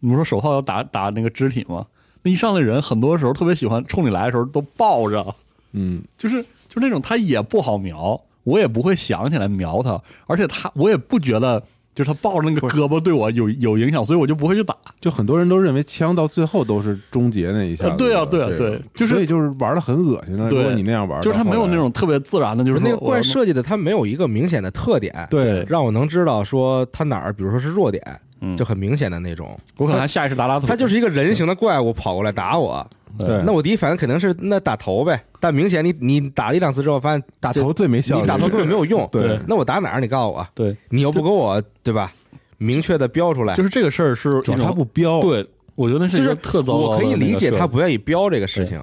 S3: 你们说手铐要打打那个肢体嘛，那一上来人很多时候特别喜欢冲你来的时候都抱着，
S4: 嗯，
S3: 就是就是那种他也不好瞄，我也不会想起来瞄他，而且他我也不觉得就是他抱着那个胳膊对我有有影响，所以我就不会去打。
S4: 就很多人都认为枪到最后都是终结那一下子的。
S3: 啊对啊对啊
S4: 这个
S3: 对就是
S4: 所以就是玩的很恶心了。
S3: 对
S4: 如果你那样玩，
S3: 就是他没有那。种特别自然的，就是
S2: 那个
S3: 说我要
S2: 怪设计的，它没有一个明显的特点，
S4: 对，
S2: 让我能知道说它哪儿，比如说是弱点，
S3: 嗯
S2: 就很明显的那种。
S3: 我可能还下意识打打腿，
S2: 它就是一个人形的怪物跑过来打我，
S4: 对
S2: 那我第一反应肯定是那打头呗。但明显你你打了一两次之后，发现
S4: 打头最没效率，
S2: 你打头根本没有用。
S4: 对
S2: 那我打哪儿？你告诉我，
S3: 对，
S2: 你又不给我对吧？明确的标出来，
S3: 就是这个事儿是
S4: 主要
S3: 一种
S4: 他不标，
S3: 对，我觉得那是一
S2: 就
S3: 个
S2: 是
S3: 特糟糕
S2: 我
S3: 的那个
S2: 可
S3: 设计。
S2: 以理解他不愿意标这个事情，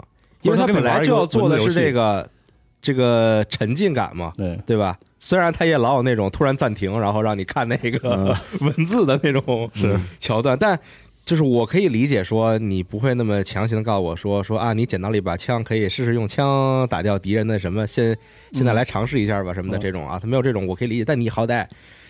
S2: 因为
S3: 或者他
S2: 本来就要做的是
S3: 跟你玩
S2: 这
S3: 一
S2: 个这个沉浸感嘛，
S3: 对
S2: 对吧？虽然他也老有那种突然暂停，然后让你看那个
S4: 嗯
S2: 文字的那种
S3: 是
S2: 桥段，但就是我可以理解说你不会那么强行的告诉我说说啊，你捡到了一把枪，可以试试用枪打掉敌人的什么，现现在
S4: 嗯
S2: 来尝试一下吧什么的
S3: 嗯
S2: 这种啊，他没有这种我可以理解，但你好歹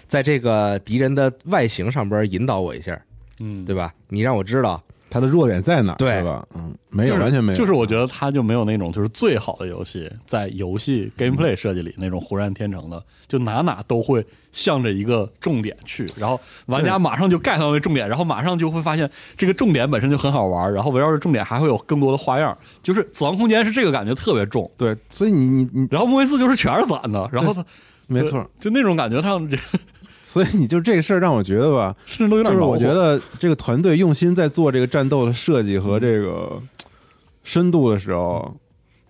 S2: 在这个敌人的外形上边引导我一下，
S3: 嗯，
S2: 对吧？你让我知道。
S4: 他的弱点在哪儿，
S2: 对
S4: 是吧？嗯，没有，
S3: 就是
S4: 完全没有，
S3: 就是我觉得他就没有那种就是最好的游戏在游戏 gameplay 设计里那种浑然天成的，就哪哪都会向着一个重点去，然后玩家马上就 get 到那重点，然后马上就会发现这个重点本身就很好玩，然后围绕着重点还会有更多的花样，就是死亡空间是这个感觉特别重，
S4: 对，所以你你你
S3: 然后莫维斯就是全是散的，然后他
S4: 没错，，
S3: 就那种感觉上这
S4: 所以你就这事儿让我觉得吧，
S3: 甚至都有
S4: 就
S3: 点
S4: 是
S3: 恼火
S4: 我觉得这个团队用心在做这个战斗的设计和这个深度的时候，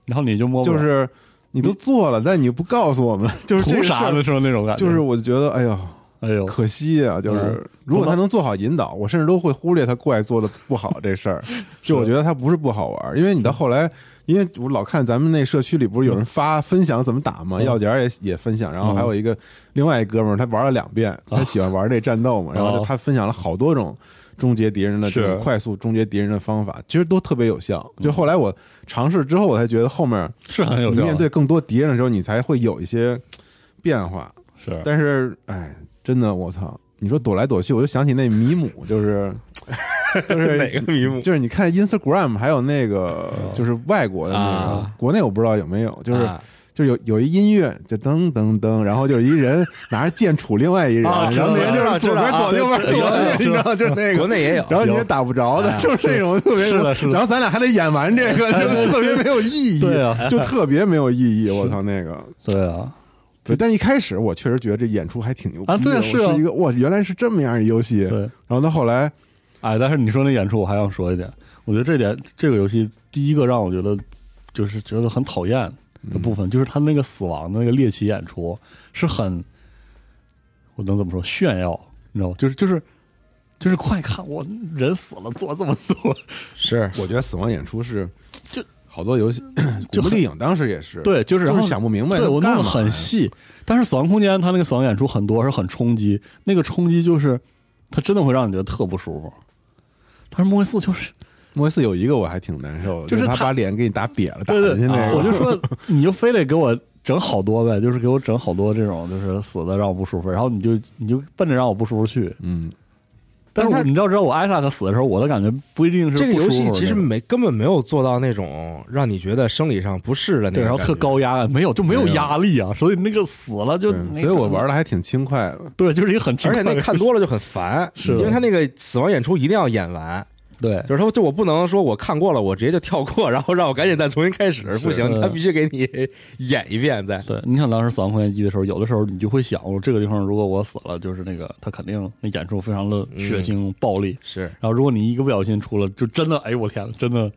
S3: 然后你就摸不
S4: 就
S3: 着
S4: 是你都做了，但你不告诉我们， 就是这
S3: 图
S4: 个事
S3: 啥
S4: 儿
S3: 的，时候那种感觉，
S4: 就是我觉得哎呦。
S3: 哎呦，
S4: 可惜啊，就是
S3: 嗯
S4: 如果他能做好引导，我甚至都会忽略他怪做的不好这事儿。就我觉得他不是不好玩，因为你
S3: 嗯
S4: 到后来，因为我老看咱们那社区里不是有人发分享怎么打吗？
S3: 嗯
S4: 药姐也也分享，然后还有一个另外一哥们儿，他玩了两遍，
S3: 啊
S4: 他喜欢玩这战斗嘛，然后就他分享了好多种终结敌人的这种
S3: 是
S4: 快速终结敌人的方法，其实都特别有效。就后来我尝试之后，我才觉得后面
S3: 是很有
S4: 你
S3: 效的，啊
S4: 面对更多敌人的时候，你才会有一些变化。
S3: 是
S4: 但是，哎，真的，我操！你说躲来躲去，我就想起那米姆，就是 就是
S2: 哪个迷雾？
S4: 就是你看 Instagram，还有那个就是外国的那个
S2: 啊，
S4: 国内我不知道有没有，就是
S2: 啊
S4: 就有有一音乐就噔噔噔，然后就是一 人拿着剑杵另外一人，
S2: 啊知
S4: 然
S2: 道
S4: 后那人就
S2: 了知
S4: 是左
S2: 道
S4: 边
S2: 了
S4: 躲右边躲，你知道就是那个
S2: 国内也有
S4: 然后你也打不着的，就是那种特别
S3: 是的是的
S4: 然后咱俩还得演完 这个，就特别没有意义，
S3: 对啊
S4: 就特别没有意义，我操那个。
S3: 对啊，
S4: 对，但一开始我确实觉得这演出还挺牛逼的
S3: 啊对啊
S4: 我
S3: 是啊
S4: 一个哇，原来是这么样一游戏。
S3: 对啊
S4: 然后到后来，
S3: 哎，但是你说那演出，我还想说一点，我觉得这点这个游戏第一个让我觉得就是觉得很讨厌，的部分，就是他那个死亡的那个猎奇演出是很，我能怎么说炫耀？你知道吗？就是就是就是快看我人死了，做这么多，
S2: 是
S4: 我觉得死亡演出是
S3: 就
S4: 好多游戏，
S3: 就
S4: 古墓
S3: 很
S4: 丽影当时也是，
S3: 对，就是是然后
S4: 想不明白
S3: 对
S4: 都
S3: 我
S4: 干
S3: 弄得
S4: 嘛
S3: 很
S4: 呀
S3: 细，但是《死亡空间》它那个死亡演出很多是很冲击，那个冲击就是它真的会让你觉得特不舒服。但是莫伊斯就是，
S4: 莫伊斯有一个我还挺难受的，
S3: 就是
S4: 他
S3: 他
S4: 把脸给你打瘪了，打
S3: 对
S4: 进
S3: 对，
S4: 去那个，
S3: 我就说你就非得给我整好多呗，就是给我整好多这种就是死的让我不舒服，然后你就你就奔着让我不舒服去。
S4: 嗯，
S3: 但
S2: 但
S3: 是我
S2: 是它
S3: 你知道，知道我艾萨克死的时候，我的感觉不一定是
S2: 这个
S3: 不
S2: 游
S3: 舒服
S2: 戏
S3: 的
S2: 其实
S3: 那种
S2: 没根本没有做到那种让你觉得生理上不适的那种
S3: 对，然后特
S2: 感觉，
S3: 高压，没有就没有
S4: 没有
S3: 压力啊，所以那个死了就
S4: 对
S3: 那
S4: 所以我
S3: 个
S4: 玩的还挺轻快的，
S3: 对，就是一个很轻
S2: 而且
S3: 快
S2: 那
S3: 的
S2: 看
S3: 事
S2: 多了就很烦，
S3: 是的哎
S2: 因为他那个死亡演出一定要演完，
S3: 对
S2: 就是说，就我不能说我看过了，我直接就跳过，然后让我赶紧再重新开始，不行，
S3: 嗯
S2: 他必须给你演一遍 再。
S3: 对，你想当时《死亡空间一》的时候，有的时候你就会想，我这个地方如果我死了，就是那个他肯定那演出非常的血腥暴力，
S2: 是，
S3: 然后如果你一个不小心出了，就真的，哎呦我天，真的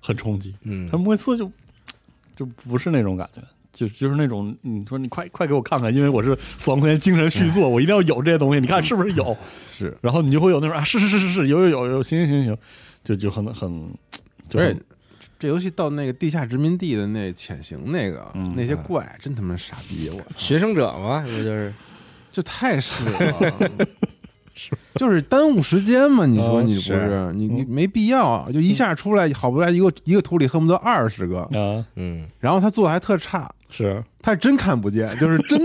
S3: 很冲击。
S2: 嗯
S3: 他，莫伊斯就就不是那种感觉。就就是那种你说你快快给我看看，因为我是《死亡空间》精神续作，我一定要有这些东西，你看是不是有？
S4: 是，
S3: 然后你就会有那种啊，是是是是是，有有有有，行行行行，就就很很，就
S4: 而
S3: 很
S4: 且这游戏到那个地下殖民地的那潜行那个
S3: 嗯
S4: 那些怪真他妈傻逼，我操，
S2: 学生者嘛，这不就是
S4: 这太是了。 就是耽误时间嘛？你说
S3: 嗯
S4: 你不是你你没必要啊，就一下出来，好不来一个一个图里恨不得二十个，
S3: 啊
S2: 嗯，
S4: 然后他做的还特差，
S3: 是
S4: 他是真看不见，就是 真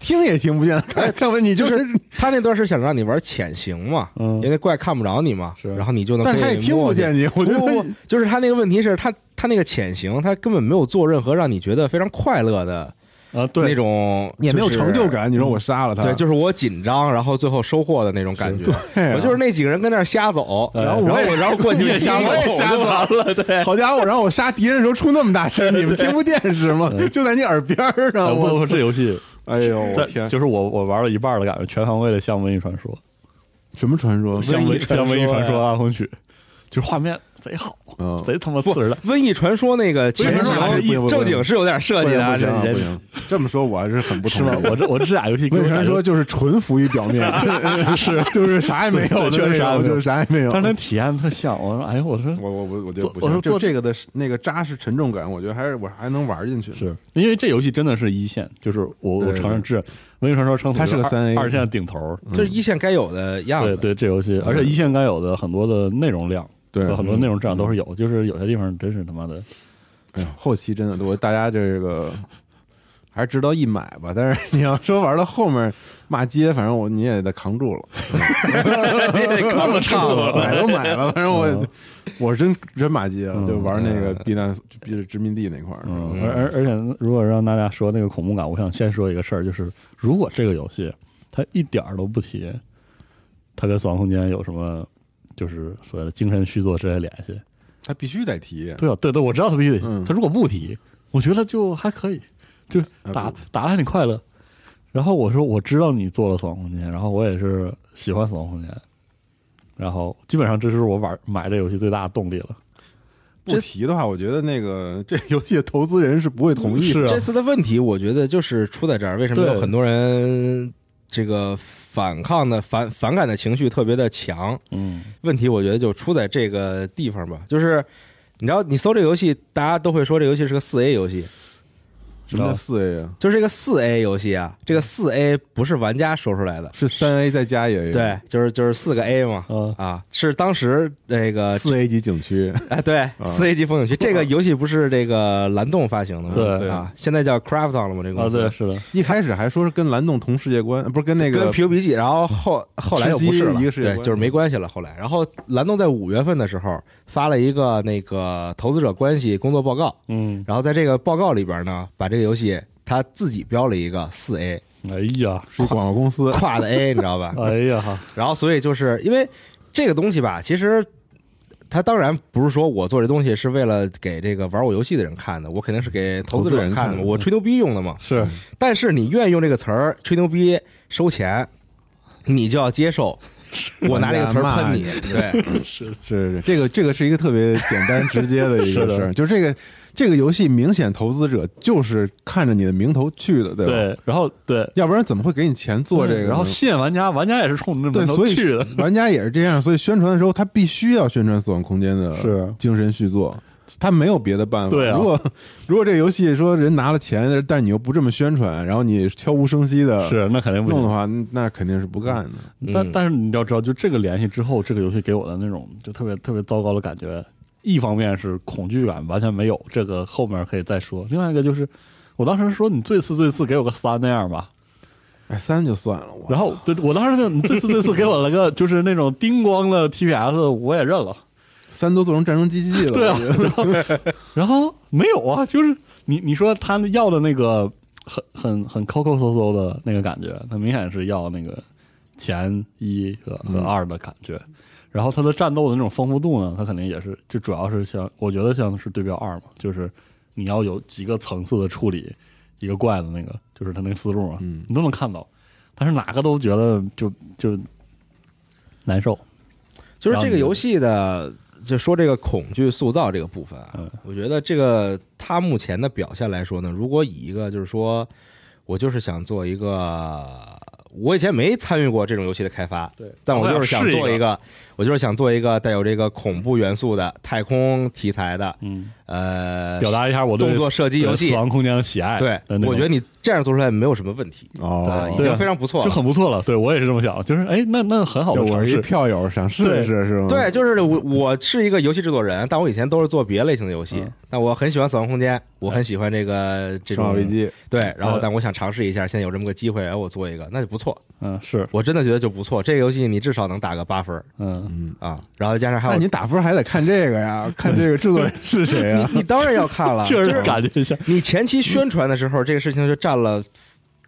S4: 听也听不见，看看不见你就是
S2: 他那段是想让你玩潜行嘛，
S3: 嗯
S2: 因为那怪看不着你嘛，
S3: 是
S2: 然后你就能，
S4: 但是他也听不。见你，
S2: 不
S4: 我觉得
S2: 不不
S4: 他，
S2: 就是他那个问题是他他那个潜行，他根本没有做任何让你觉得非常快乐的
S3: 啊，对
S2: 那，种，
S4: 也没有成就。感。你说我杀了他，
S2: 对，就是我紧张，然后最后收获的那种感觉。
S4: 对啊
S2: 我就是那几个人跟那儿瞎走，
S3: 哎
S2: 然后
S4: 我也
S2: 我然后过去
S4: 你也瞎走
S2: 我也瞎
S4: 我就完
S2: 走了，对。
S4: 好家伙，然后我杀敌人的时候出那么大声，你们听不见是吗？就在你耳边儿
S3: 啊
S4: 啊！
S3: 不不，
S4: 我
S3: 不这游戏
S4: 哎呦，我
S3: 在
S4: 天，
S3: 就是我我玩了一半的感觉，全方位的像《瘟疫传说
S4: 什么传说》，啊
S3: 像
S2: 瘟疫
S3: 瘟
S2: 传
S3: 像《
S2: 说
S3: 瘟疫传
S2: 呀
S3: 说》暗红曲，就是画面贼好，
S4: 嗯
S3: 贼他妈
S2: 不
S3: 次时代。
S2: 瘟疫传说那个
S4: 瘟疫
S2: 前
S4: 传说还是不
S2: 行
S4: 不
S2: 正经是有点设
S4: 不
S2: 计
S4: 行
S2: 的啊，
S4: 不
S2: 这
S4: 行不
S2: 人
S4: 行， 这么说我还是很不
S3: 是
S4: 同
S3: 吗？
S4: 意。
S3: 我这我这俩游戏给
S4: 魏
S3: 我
S4: 传
S3: 感
S4: 说
S3: 觉，
S4: 就是纯浮于表面， 是就是啥也没有，
S3: 对确实啥也没有
S4: 就是啥也没有。
S3: 但是那体验特像。我说，哎呦，我说
S4: 我我我我觉得
S3: 做
S4: 不
S3: 我
S4: 行，
S3: 说
S4: 就
S3: 做
S4: 这个的那个扎实沉重感，我觉得还是我还能玩进去。
S3: 是因为这游戏真的是一线，就是我
S4: 对
S3: 我
S4: 对
S3: 承认是《瘟疫传说》称
S4: 它是个
S3: 二
S4: 三 A 嗯
S3: 二线顶头。
S2: 就是一线该有的样
S3: 对
S2: 子。
S3: 对，这游戏，而且一线该有的很多的内容量
S4: 对嗯
S3: 和很多内容质量都是有，就是有些地方真是他妈的
S4: 哎呦，后期真的，我大家这个还是值得一买吧。但是你要说玩到后面骂街，反正我你也得扛住 了，
S2: 扛不住了
S4: 买都买了，反正我
S3: 嗯
S4: 我是真真骂街了，
S3: 嗯
S4: 就玩那个避难避殖民地那块儿。
S3: 嗯，而而而且，如果让大家说那个恐怖感，我想先说一个事儿，就是如果这个游戏它一点儿都不提它跟《死亡空间》有什么就是所谓的精神续作之类的联系，
S4: 他必须得提，
S3: 对啊，对对，我知道它必须得提
S4: 嗯。
S3: 它如果不提，我觉得就还可以，就
S4: 啊
S3: 打
S4: 不
S3: 打来你快乐。然后我说我知道你做了《死亡空间》，然后我也是喜欢《死亡空间》，然后基本上这是我玩买这游戏最大的动力了。
S4: 不提的话，我觉得那个这游戏的投资人是不会同意
S3: 是
S4: 的。
S3: 啊
S2: 这次的问题，我觉得就是出在这儿，为什么
S3: 对
S2: 有很多人这个反抗的反反感的情绪特别的强？
S3: 嗯，
S2: 问题我觉得就出在这个地方吧，就是你知道，你搜这个游戏，大家都会说这游戏是个四 A 游戏，
S4: 什么叫四 A 啊？
S2: 就是这个四 A 游戏啊，这个四 A 不是玩家说出来的，
S4: 是三 A 再加一 A，
S2: 对，，就是就是四个 A 嘛，
S3: 啊
S2: 啊，是当时那
S3: 呃
S2: 个
S4: 嗯 四嗯 A 级景区，
S2: 哎对四 A 级风景区，这个游戏不是这个蓝洞发行的吗？
S3: 对
S2: 啊，现在叫 Crafton 了吗？这个
S3: 啊，
S2: 公司
S3: 对，是的，
S4: 一开始还说是跟蓝洞同世界观，不是跟那
S2: 跟
S4: 个
S2: PUBG，然后后后来又不是了，
S4: 吃鸡一个世界
S2: 对，
S4: 观
S2: 就是没关系了。后来，然后蓝洞在五月份的时候发了一个那个投资者关系工作报告，
S3: 嗯，
S2: 然后在这个报告里边呢，把这个游戏他自己标了一个四 A
S3: 哎呀，
S4: 是一广告公司，
S2: 跨的 A，你知道 吧？
S4: 啊
S3: 哎呀哈，
S2: 然后所以就是因为这个东西吧，其实它当然不是说我做这东西是为了给这个玩我游戏的人看的，我肯定是给投资者看
S4: 投
S2: 的
S4: 资人看
S2: 嘛，
S4: 的
S2: 我吹牛逼用的嘛。
S3: 是
S2: 但是你愿意用这个词儿吹牛逼收钱，你就要接受我拿这个词儿喷 你，
S4: 啊
S2: 对，
S3: 是
S4: 是这个这个是一个特别简单直接的 一个
S3: 是的
S4: 事儿，就是这个这个游戏明显投资者就是看着你的名头去的，对吧？
S3: 对，然后对
S4: 要不然怎么会给你钱做这个呢？
S3: 然后吸引玩家，玩家也是冲着那
S4: 对，
S3: 门
S4: 所
S3: 头
S4: 以
S3: 去的，
S4: 玩家也是这样，所以宣传的时候他必须要宣传《死亡空间》的
S3: 是
S4: 精神续作，他没有别的办法。
S3: 对啊
S4: 如果如果这个游戏说人拿了钱，但你又不这么宣传，然后你悄无声息的
S3: 是那肯定不
S4: 弄的
S3: 行。
S4: 话，那肯定是不干的。
S3: 但
S2: 嗯
S3: 但是你要知道，就这个联系之后，这个游戏给我的那种就特别特别糟糕的感觉。一方面是恐惧感完全没有，这个后面可以再说；另外一个就是，我当时说你最次最次给我个三那样吧，
S4: 哎，三就算了，我
S3: 然后对我当时就你最次最次给我了个就是那种叮咣的 TPS，我也认了。
S4: 三都做成战争机器 了。
S3: 对啊啊
S4: 我觉得
S3: 然后没有啊，就是你你说他要的那个很很很抠抠搜搜的那个感觉，他明显是要那个前一和和二的感觉。然后他的战斗的那种丰富度呢，他肯定也是，就主要是像我觉得像是对标二嘛，就是你要有几个层次的处理一个怪的那个，就是他那个思路嘛，
S4: 嗯
S3: 你都能看到，但是哪个都觉得就就难受。
S2: 就是这个游戏的，就说这个恐惧塑造这个部分啊，
S3: 嗯
S2: 我觉得这个它目前的表现来说呢，如果以一个就是说我就是想做一个，我以前没参与过这种游戏的开发，
S3: 对
S2: 但我就是想做
S3: 我想试
S2: 一
S3: 一
S2: 个，我就是想做一个带有这个恐怖元素的太空题材的，
S3: 嗯，
S2: 呃，
S3: 表呃达一下我对
S2: 动作射击游戏
S3: 对死亡空间的喜爱。
S2: 对，我觉得你这样做出来没有什么问题啊，
S4: 哦
S2: 已，
S3: 对
S2: 经
S3: 啊
S2: 非常不错
S3: 就
S2: 了。
S3: 很不错了。对我也是这么想，就是哎，那那很好的
S4: 就我
S3: 尝
S4: 是一
S3: 试。
S4: 票友，想试一试是吗？
S2: 对，，啊就是我，我是一个游戏制作人，但我以前都是做别的类型的游戏
S3: 嗯。
S2: 但我很喜欢《死亡空间》，我很喜欢这个这
S4: 《生化
S2: 种
S4: 危机》
S2: 对，然后
S3: 呃
S2: 但我想尝试一下，现在有这么个机会，哎，我做一个，那就不错，
S3: 嗯，是，
S2: 我真的觉得就不错。这个游戏你至少能打个八分儿
S3: 嗯，
S2: 啊，然后加上还
S4: 那
S2: 有
S4: 你打分还得看这个呀，看这个制作人是谁 啊呀？
S2: 你当然要看了，
S3: 确
S2: 就
S3: 实
S2: 是
S3: 感觉一下，
S2: 你前期宣传的时候，这个事情就占了，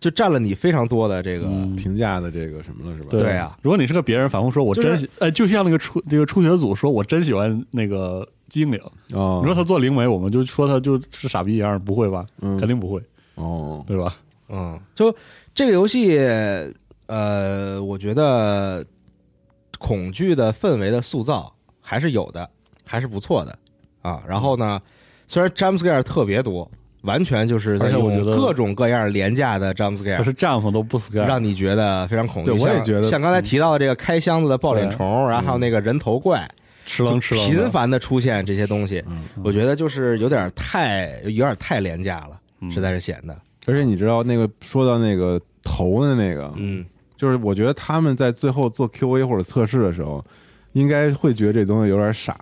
S2: 就占了你非常多的这个，
S3: 嗯
S4: 评价的这个什么了是吧？
S2: 啊对啊
S3: 如果你是个别人反复说，我
S2: 就是
S3: 真喜，呃，就像那个初这个初学组说，我真喜欢那个精灵。
S2: 嗯
S4: 哦，
S3: 你说他做灵媒，我们就说他就是傻逼一样，不会吧？
S4: 嗯
S3: 肯定不会，
S4: 哦，
S3: 对吧？
S2: 嗯，就这个游戏，呃，我觉得恐惧的氛围的塑造还是有的，还是不错的啊。然后呢，虽然 jump scare 特别多，完全就是在
S3: 而且我
S2: 用
S3: 觉得
S2: 各种各样廉价的 jump
S3: 他
S2: scare，
S3: 是丈夫都不 scare，
S2: 啊让你觉得非常恐惧。
S4: 对我也
S2: 像
S4: 觉得
S2: 像刚
S3: 嗯
S2: 才提到的这个开箱子的抱脸虫，然后还有那个人头怪，
S3: 吃棱吃棱
S2: 频
S3: 的。
S2: 繁的出现这些东西，
S4: 嗯
S2: 我觉得就是有点太有点太廉价了，
S3: 嗯
S2: 实在是显得
S4: 而且你知道那个说到那个头的那个，
S2: 嗯
S4: 就是我觉得他们在最后做 QA 或者测试的时候，应该会觉得这东西有点傻，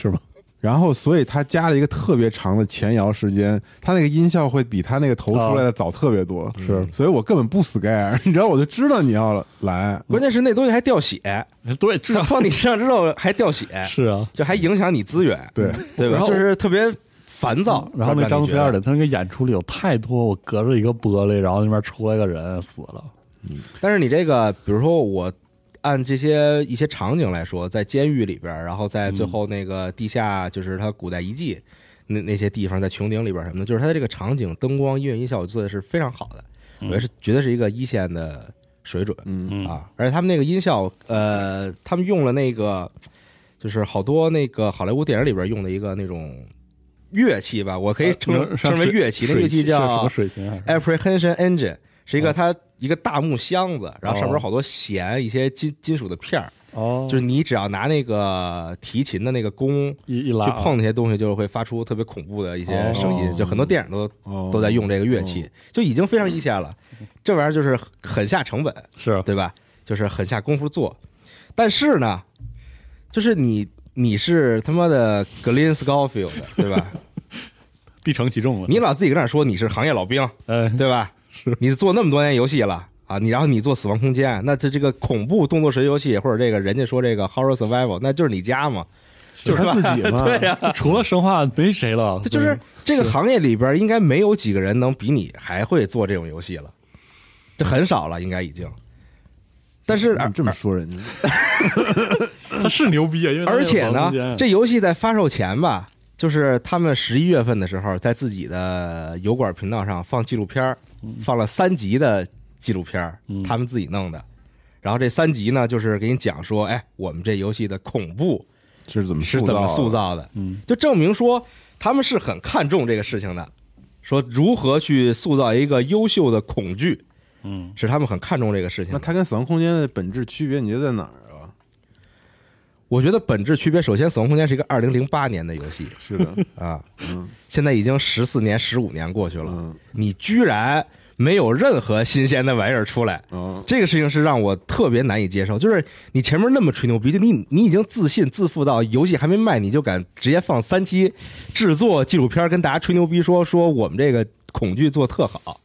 S3: 是吧？
S4: 然后所以他加了一个特别长的前摇时间，他那个音效会比他那个头出来的早特别多，
S2: 哦嗯
S3: 是
S4: 所以我根本不 scare，你知 道我就知道你要来，
S2: 关键是那东西还掉血，
S3: 对，至
S2: 它
S3: 少
S2: 放你身上之后还掉血，
S3: 是啊。
S2: 就还影响你资源，
S4: 对，
S2: 对吧
S3: 然？后嗯
S2: 就是特别烦躁。
S3: 然后那
S2: 让
S3: 张
S2: 你
S3: 飞
S2: 觉得
S3: 二的他那个演出里有太多，我隔着一个玻璃，然后那边出来个人死了，
S2: 但是你这个，比如说我按这些一些场景来说，在监狱里边儿，然后在
S3: 嗯
S2: 最后那个地下，就是它古代遗迹那那些地方，在穹顶里边儿什么的，就是它的这个场景、灯光、音乐、音效做的是非常好的，我觉得是绝对是一个一线的水准
S4: 嗯，
S3: 嗯
S2: 啊！而且他们那个音效，呃，他们用了那个就是好多那个好莱坞电影里边儿用的一个那种乐器吧，我可以称
S3: 呃像
S2: 称为
S3: 水
S2: 乐器，那
S3: 水
S2: 乐器
S3: 是什
S2: 叫哎
S3: 么水琴还是啊
S2: apprehension engine 是一个
S3: 哦
S2: 它一个大木箱子，然后上面有
S3: 哦
S2: 好多弦，一些金金属的片儿，
S3: 哦，
S2: 就是你只要拿那个提琴的那个弓
S3: 一一拉啊
S2: 去碰那些东西，就会发出特别恐怖的一些声
S4: 哦
S2: 音，就很多电影都嗯
S4: 哦
S2: 都在用这个乐器，就已经非常一线了。这玩意儿就是很下成本，
S3: 是
S2: 对吧？就是很下功夫做，但是呢，就是你你是他妈的 Glen Scofield 对吧？
S3: 必承其重了。
S2: 你老自己跟那儿说你是行业老兵，
S3: 呃，
S2: 对 吧？
S3: 是
S2: 你做那么多年游戏了啊，你然后你做《死亡空间》，那这这个恐怖动作神游戏，或者这个人家说这个 horror survival，那就是你家嘛，
S4: 就是他自己嘛，
S2: 对啊呀、
S3: 除了生化没谁了，
S2: 这
S4: 嗯
S2: 就是这个行业里边应该没有几个人能比你还会做这种游戏了，这很少了，应该已经。但是
S4: 你这么说人家，
S3: 他是牛逼啊，因为他
S2: 而且
S3: 那个房
S2: 呢，
S3: 间
S2: 这游戏在发售前吧，就是他们十一月份的时候，在自己的油管
S3: 嗯
S2: 频道上放纪录片儿放了三集的纪录片儿他们自己弄的。然后这三集呢，就是给你讲说，哎，我们这游戏的恐怖
S4: 是怎么
S2: 是怎么
S4: 塑
S2: 塑
S4: 造啊
S2: 造的，
S3: 嗯，
S2: 就证明说他们是很看重这个事情的，说如何去塑造一个优秀的恐惧，
S3: 嗯，
S2: 是他们很看重这个事
S4: 的？
S2: 情
S4: 那
S2: 的。
S4: 它跟死亡空间的本质区别，你觉得在哪儿啊？
S2: 我觉得本质区别，首先《死亡空间》是一个二零零八年的游戏
S4: 是的，
S2: 啊，
S4: 嗯
S2: 现在已经十四年、十五年过去了，
S4: 嗯
S2: 你居然没有任何新鲜的玩意儿出来，
S4: 嗯
S2: 这个事情是让我特别难以接受。就是你前面那么吹牛逼，就你你已经自信自负到游戏还没卖，你就敢直接放三期制作纪录片跟大家吹牛逼说说我们这个恐惧做特好。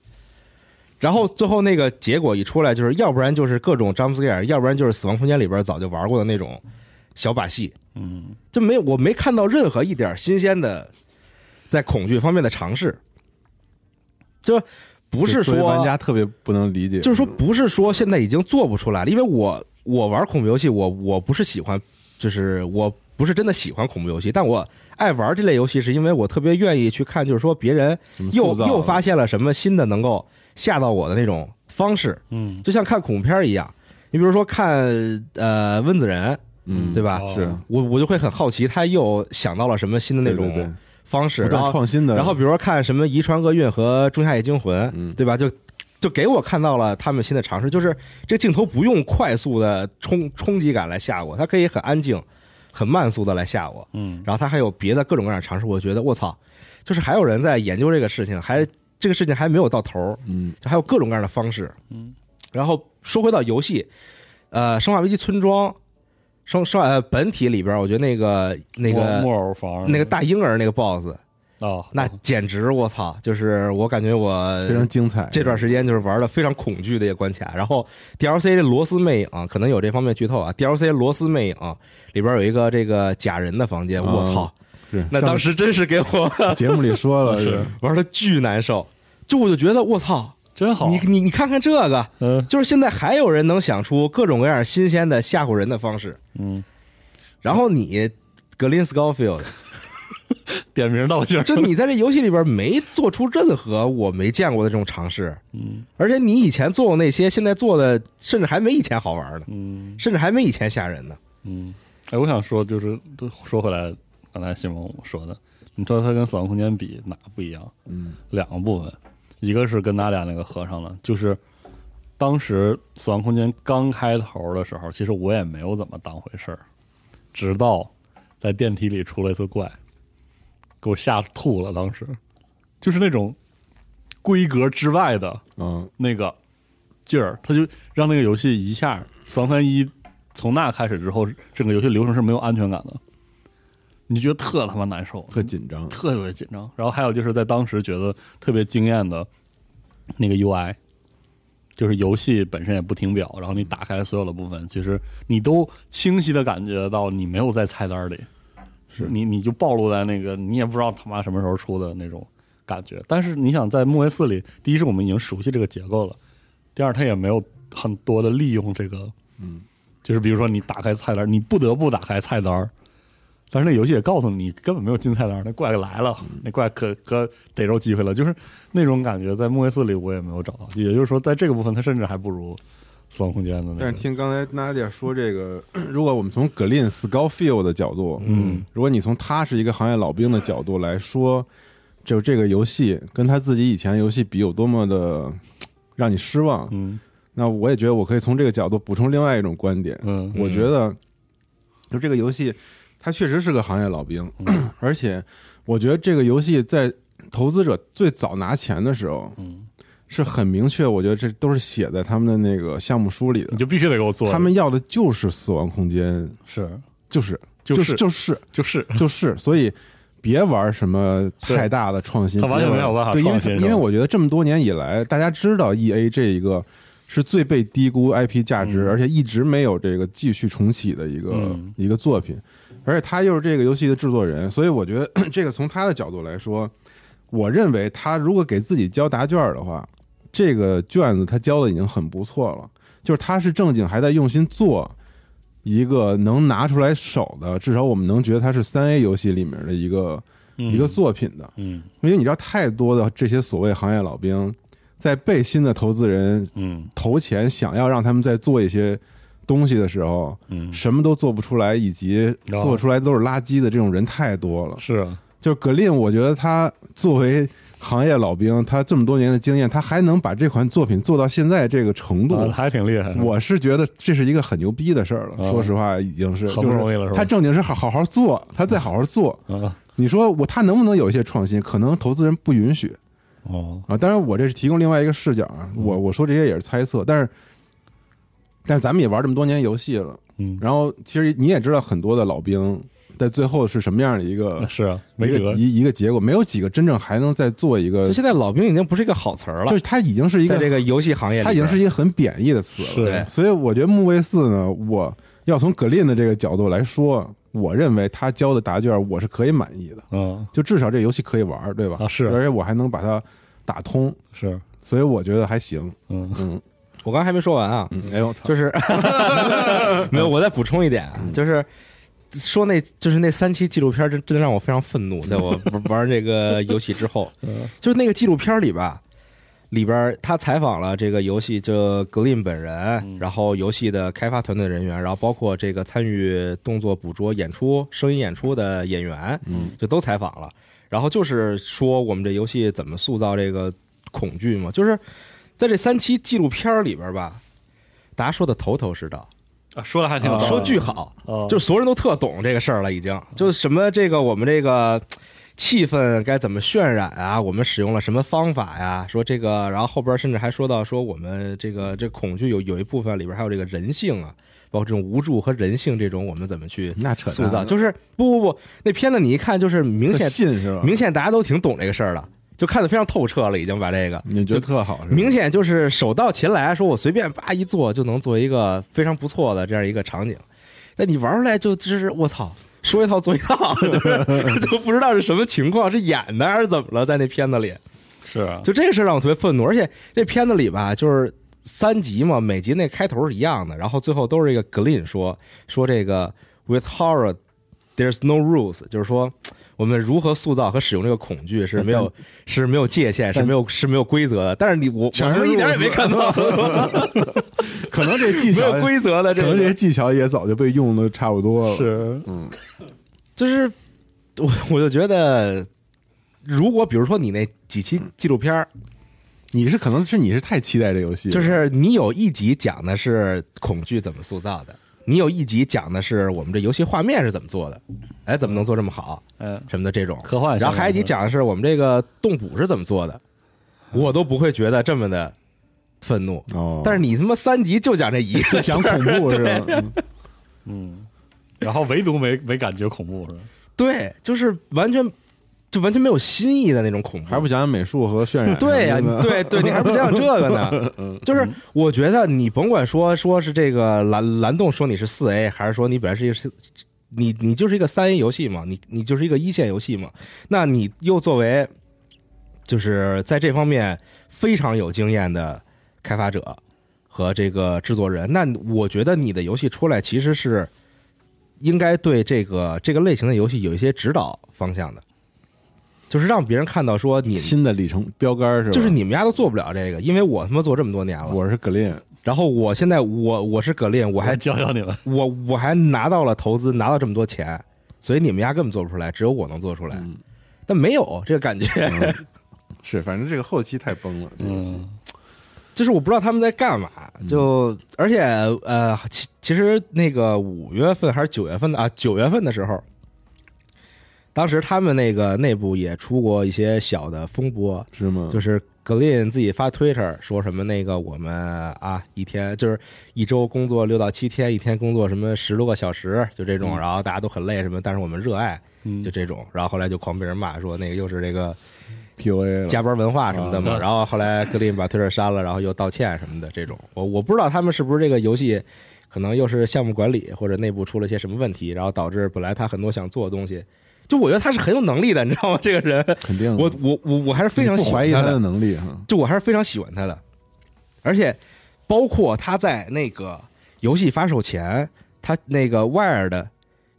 S2: 然后最后那个结果一出来，就是要不然就是各种 jump scare，要不然就是《死亡空间》里边早就玩过的那种小把戏，
S3: 嗯，
S2: 就没有我没看到任何一点新鲜的在恐惧方面的尝试，就不是
S4: 作为
S2: 说
S4: 玩家特别不能理解，
S2: 就是说不是说现在已经做不出来了，因为我我玩恐怖游戏，我我不是喜欢，就是我不是真的喜欢恐怖游戏，但我爱玩这类游戏是因为我特别愿意去看，就是说别人
S4: 怎么
S2: 又
S4: 塑造的
S2: 又发现了什么新的能够吓到我的那种方式，
S3: 嗯，
S2: 就像看恐怖片一样。你比如说看呃温子仁，
S4: 嗯
S2: 对吧？
S3: 哦
S4: 是
S2: 我我就会很好奇，他又想到了什么新的那
S4: 对
S2: 种
S4: 对对
S2: 方式，
S4: 不
S2: 然
S4: 断
S2: 后
S4: 创新的，
S2: 然后比如说看什么《遗传厄运》和《仲夏夜惊魂》，
S4: 嗯
S2: 对吧？就就给我看到了他们新的尝试，就是这镜头不用快速的冲冲击感来吓我，它可以很安静、很慢速的来吓我。
S3: 嗯，
S2: 然后它还有别的各种各样的尝试，我觉得我操，就是还有人在研究这个事情，还这个事情还没有到头儿，
S4: 嗯
S2: 就还有各种各样的方式。
S3: 嗯，
S2: 然后说回到游戏，呃，《生化危机村庄》生生呃本体里边儿，我觉得那个那
S3: 木木
S2: 个
S3: 偶房
S2: 那个大婴儿那个 BOSS。
S3: 啊，
S2: 那简直我操！就是我感觉我
S4: 非常精彩
S2: 呃这段时间就是玩的非常恐惧的一个关卡。然后 DLC 这罗斯魅影、啊可能有这方面剧透啊。DLC 罗斯魅影、啊里边有一个这个假人的房间，
S4: 啊
S2: 我操！
S4: 是
S2: 那当时真是给我
S4: 上节目里说 了
S3: 是
S2: 玩的巨难受，就我就觉得我操！
S3: 真
S4: 哦
S3: 好，
S2: 你你你看看这个，
S3: 嗯
S2: 就是现在还有人能想出各种各样新鲜的吓唬人的方式。
S3: 嗯，
S2: 然后你格林斯高菲尔，
S3: 点名道 姓，
S2: 就你在这游戏里边没做出任何我没见过的这种尝试。
S3: 嗯
S2: 而且你以前做过那些，现在做的甚至还没以前好玩呢，
S3: 嗯
S2: 甚至还没以前吓人呢。
S3: 嗯，哎，我想说，就是说回来，刚才新蒙说的，你知道它跟《死亡空间》比哪不一样？
S4: 嗯
S3: 两个部分，一个是跟咱俩那个合上了，就是当时《死亡空间》刚开头的时候，其实我也没有怎么当回事儿，直到在电梯里出了一次怪，给我吓吐了。当时就是那种规格之外的
S4: 嗯
S3: 那个劲儿，他就让那个游戏一下三三一从那开始之后，整个游戏流程是没有安全感的，你觉得特他妈难受，
S4: 特紧张，
S3: 特别紧张。然后还有就是在当时觉得特别惊艳的那个 UI，就是游戏本身也不停表，然后你打开所有的部分，其实你都清晰的感觉到你没有在菜单里，
S4: 是
S3: 你你就暴露在那个你也不知道他妈什么时候出的那种感觉。但是你想在木卫四里，第一是我们已经熟悉这个结构了，第二它也没有很多的利用这个，
S4: 嗯，
S3: 就是比如说你打开菜单，你不得不打开菜单儿。但是那游戏也告诉你，你根本没有进菜单儿，那怪来了，那怪可可逮着机会了，就是那种感觉，在木卫四里我也没有找到。也就是说，在这个部分，它甚至还不如《死亡空间》的那
S4: 但
S3: 个。
S4: 是听刚才娜姐说这个， 如果我们从格林 Scofield 的角度，
S3: 嗯，
S4: 如果你从他是一个行业老兵的角度来说，就这个游戏跟他自己以前的游戏比有多么的让你失望，
S3: 嗯
S4: 那我也觉得我可以从这个角度补充另外一种观点。
S3: 嗯
S4: 我觉得，就这个游戏，它确实是个行业老兵，
S3: 嗯
S4: 而且我觉得这个游戏在投资者最早拿钱的时候
S3: 嗯，
S4: 是很明确，我觉得这都是写在他们的那个项目书里的
S3: 你。就必须得给我做。
S4: 他们要的就是死亡空间，
S3: 是
S4: 就是
S3: 就是
S4: 就是
S3: 就是
S4: 就是，所以别玩什么太大的创新，
S3: 他完全
S4: 别玩
S3: 没有办法
S4: 对，因为
S3: 创新
S4: 因为
S3: 是吧
S4: 我觉得这么多年以来，大家知道 E A 这一个是最被低估 I P 价值，
S3: 嗯
S4: 而且一直没有这个继续重启的一个、
S3: 嗯
S4: 一个作品，而且他又是这个游戏的制作人，所以我觉得 这个从他的角度来说，我认为他如果给自己交答卷儿的话，这个卷子他交的已经很不错了，就是他是正经还在用心做。一个能拿出来手的，至少我们能觉得它是三 A 游戏里面的一个、一个作品的，
S3: 嗯
S4: 因为你知道太多的这些所谓行业老兵，在被新的投资人
S3: 嗯
S4: 投钱，想要让他们再做一些东西的时候，
S3: 嗯，
S4: 什么都做不出来，以及
S3: 哦
S4: 做出来都是垃圾的这种人太多了。
S3: 是啊，
S4: 就是葛林，我觉得他作为行业老兵，他这么多年的经验，他还能把这款作品做到现在这个程度，
S3: 啊还挺厉害的，
S4: 我是觉得这是一个很牛逼的事儿了。
S3: 啊
S4: 说实话，已经是
S3: 很不容易了
S4: 就是
S3: 吧
S4: 他正经是好好好做，他再好好做。
S3: 啊
S4: 你说我他能不能有一些创新？可能投资人不允许
S3: 哦，
S4: 啊。当然，我这是提供另外一个视角啊。我
S3: 嗯
S4: 我说这些也是猜测，但是但是咱们也玩这么多年游戏了，
S3: 嗯，
S4: 然后其实你也知道很多的老兵在最后是什么样的一个
S3: 是啊，没
S4: 一
S3: 辙
S4: 个，一一个结果，没有几个真正还能再做一个
S2: 就，现在老兵已经不是一个好词儿
S4: 呃就
S2: 了
S4: 是，他已经是一
S2: 在这
S4: 个
S2: 个游戏行业里边，
S4: 他已经是一个很贬义的词了。
S3: 是
S2: 对
S4: 所以我觉得木卫四呢，我要从格林的这个角度来说，我认为他交的答卷我是可以满意的，
S3: 嗯
S4: 就至少这游戏可以玩儿，对吧？
S3: 啊是
S4: 而且我还能把它打通，
S3: 是，
S4: 所以我觉得还行。
S3: 嗯
S4: 嗯
S2: 我刚才还没说完啊，
S4: 嗯，哎呦我操，嗯
S2: 就是 没有，我再补充一点啊，就是说那就是那三期纪录片真真的让我非常愤怒，在我玩玩这个游戏之后，
S3: 嗯
S2: 就是那个纪录片里吧，里边儿他采访了这个游戏就格林本人，
S4: 嗯
S2: 然后游戏的开发团队人员，然后包括这个参与动作捕捉、演出、声音演出的演员，
S4: 嗯，
S2: 就都采访了。然后就是说我们这游戏怎么塑造这个恐惧嘛，就是在这三期纪录片儿里边儿吧，大家说的头头是道，
S3: 啊说的还挺有道理，
S2: 哎说巨好，
S3: 啊，
S2: 就是所有人都特懂这个事儿了，已经就是什么这个我们这个。气氛该怎么渲染啊？我们使用了什么方法呀？说这个，然后后边甚至还说到说我们这个这恐惧有有一部分里边还有这个人性啊，包括这种无助和人性这种，我们怎么去
S4: 那扯
S2: 塑造？就是不不不，那片子你一看就是明显
S4: 信是吧？
S2: 明显大家都挺懂这个事儿了，就看得非常透彻了，已经把这个
S4: 你觉得
S2: 就
S4: 特好是吧？
S2: 明显就是手到擒来，说我随便叭一做就能做一个非常不错的这样一个场景。但你玩出来就只是我操，说一套做一 套，就是就不知道是什么情况，是演的还是怎么了？在那片子里，
S3: 是啊，
S2: 就这个事儿让我特别愤怒。而且这片子里吧，就是三集嘛，每集那开头是一样的，然后最后都是一个格林说说这个 with horror there's no rules，就是说。我们如何塑造和使用这个恐惧是没有是没有界限是没有是没有规则的，但是你我我
S4: 全
S2: 他
S4: 是
S2: 妈一点也没看到，
S4: 可能这技
S2: 没
S4: 巧
S2: 有规则的这
S4: 可能这些
S2: 个
S4: 技巧也早就被用的差不
S3: 哦
S4: 多了。
S3: 是
S2: 就是我我就觉得，如果比如说你那几期纪录片儿
S4: 你是可能是你是太期待这游戏了，
S2: 就是你有一集讲的是恐惧怎么塑造的，你有一集讲的是我们这游戏画面是怎么做的，哎，怎么能做这么好
S3: 嗯，
S2: 什么的这种，
S3: 科幻，
S2: 然后还有一集，讲的是我们这个动捕是怎么做的，我都不会觉得这么的愤怒。
S4: 哦，
S2: 但是你他妈三集就讲这一 个
S4: 讲 恐怖是吧？嗯
S3: 嗯，然后唯独没没感觉恐怖是吧？
S2: 对，就是完全就完全没有新意的那种恐怖，
S4: 还不想想美术和渲染？
S2: 对呀、
S4: 什么的
S2: 对对，你还不讲讲这个
S4: 嗯
S2: 呢？就是我觉得你甭管说说是这个蓝蓝洞说你是四 A，还是说你本来是一个是，你你就是一个三 A 游戏嘛，你你就是一个一线游戏嘛，那你又作为就是在这方面非常有经验的开发者和这个制作人，那我觉得你的游戏出来其实是应该对这个这个类型的游戏有一些指导方向的。就是让别人看到说你
S4: 新的里程标杆是吧？
S2: 就是你们家都做不了这个，因为我他妈做这么多年了。
S4: 我是 格林，
S2: 然后我现在我我是葛林，我
S3: 我
S2: 还
S3: 教教你们，
S2: 我我还拿到了投资，拿到这么多钱，所以你们家根本做不出来，只有我能做出来。
S4: 嗯
S2: 但没有这个感觉，
S4: 是反正这个后期太崩了，这游戏
S3: 嗯
S2: 就是我不知道他们在干嘛。
S4: 嗯
S2: 就而且呃，其其实那个五月份还是九月份的啊，九月份的时候，当时他们那个内部也出过一些小的风波，
S4: 是吗？
S2: 就是是格林自己发 Twitter 说什么那个我们啊一天就是一周工作六到七天，一天工作什么十多个小时，就这
S4: 嗯
S2: 种，然后大家都很累什么，但是我们热爱，
S3: 嗯
S2: 就这种，然后后来就狂被人骂说那个又是这个
S4: PUA 了，
S2: 加班文化什么的嘛，
S3: 嗯
S2: 然后后来格林把 Twitter 删了，然后又道歉什么的这种，我我不知道他们是不是这个游戏。可能又是项目管理或者内部出了些什么问题，然后导致本来他很多想做的东西，就我觉得他是很有能力的，你知道吗？这个人，
S4: 肯定的
S2: 我我我我还是非常
S4: 嗯你
S2: 喜
S4: 不
S2: 欢
S4: 怀疑他
S2: 的
S4: 的能力哈。
S2: 就我还是非常喜欢他的，而且包括他在那个游戏发售前，他那个 Wire 的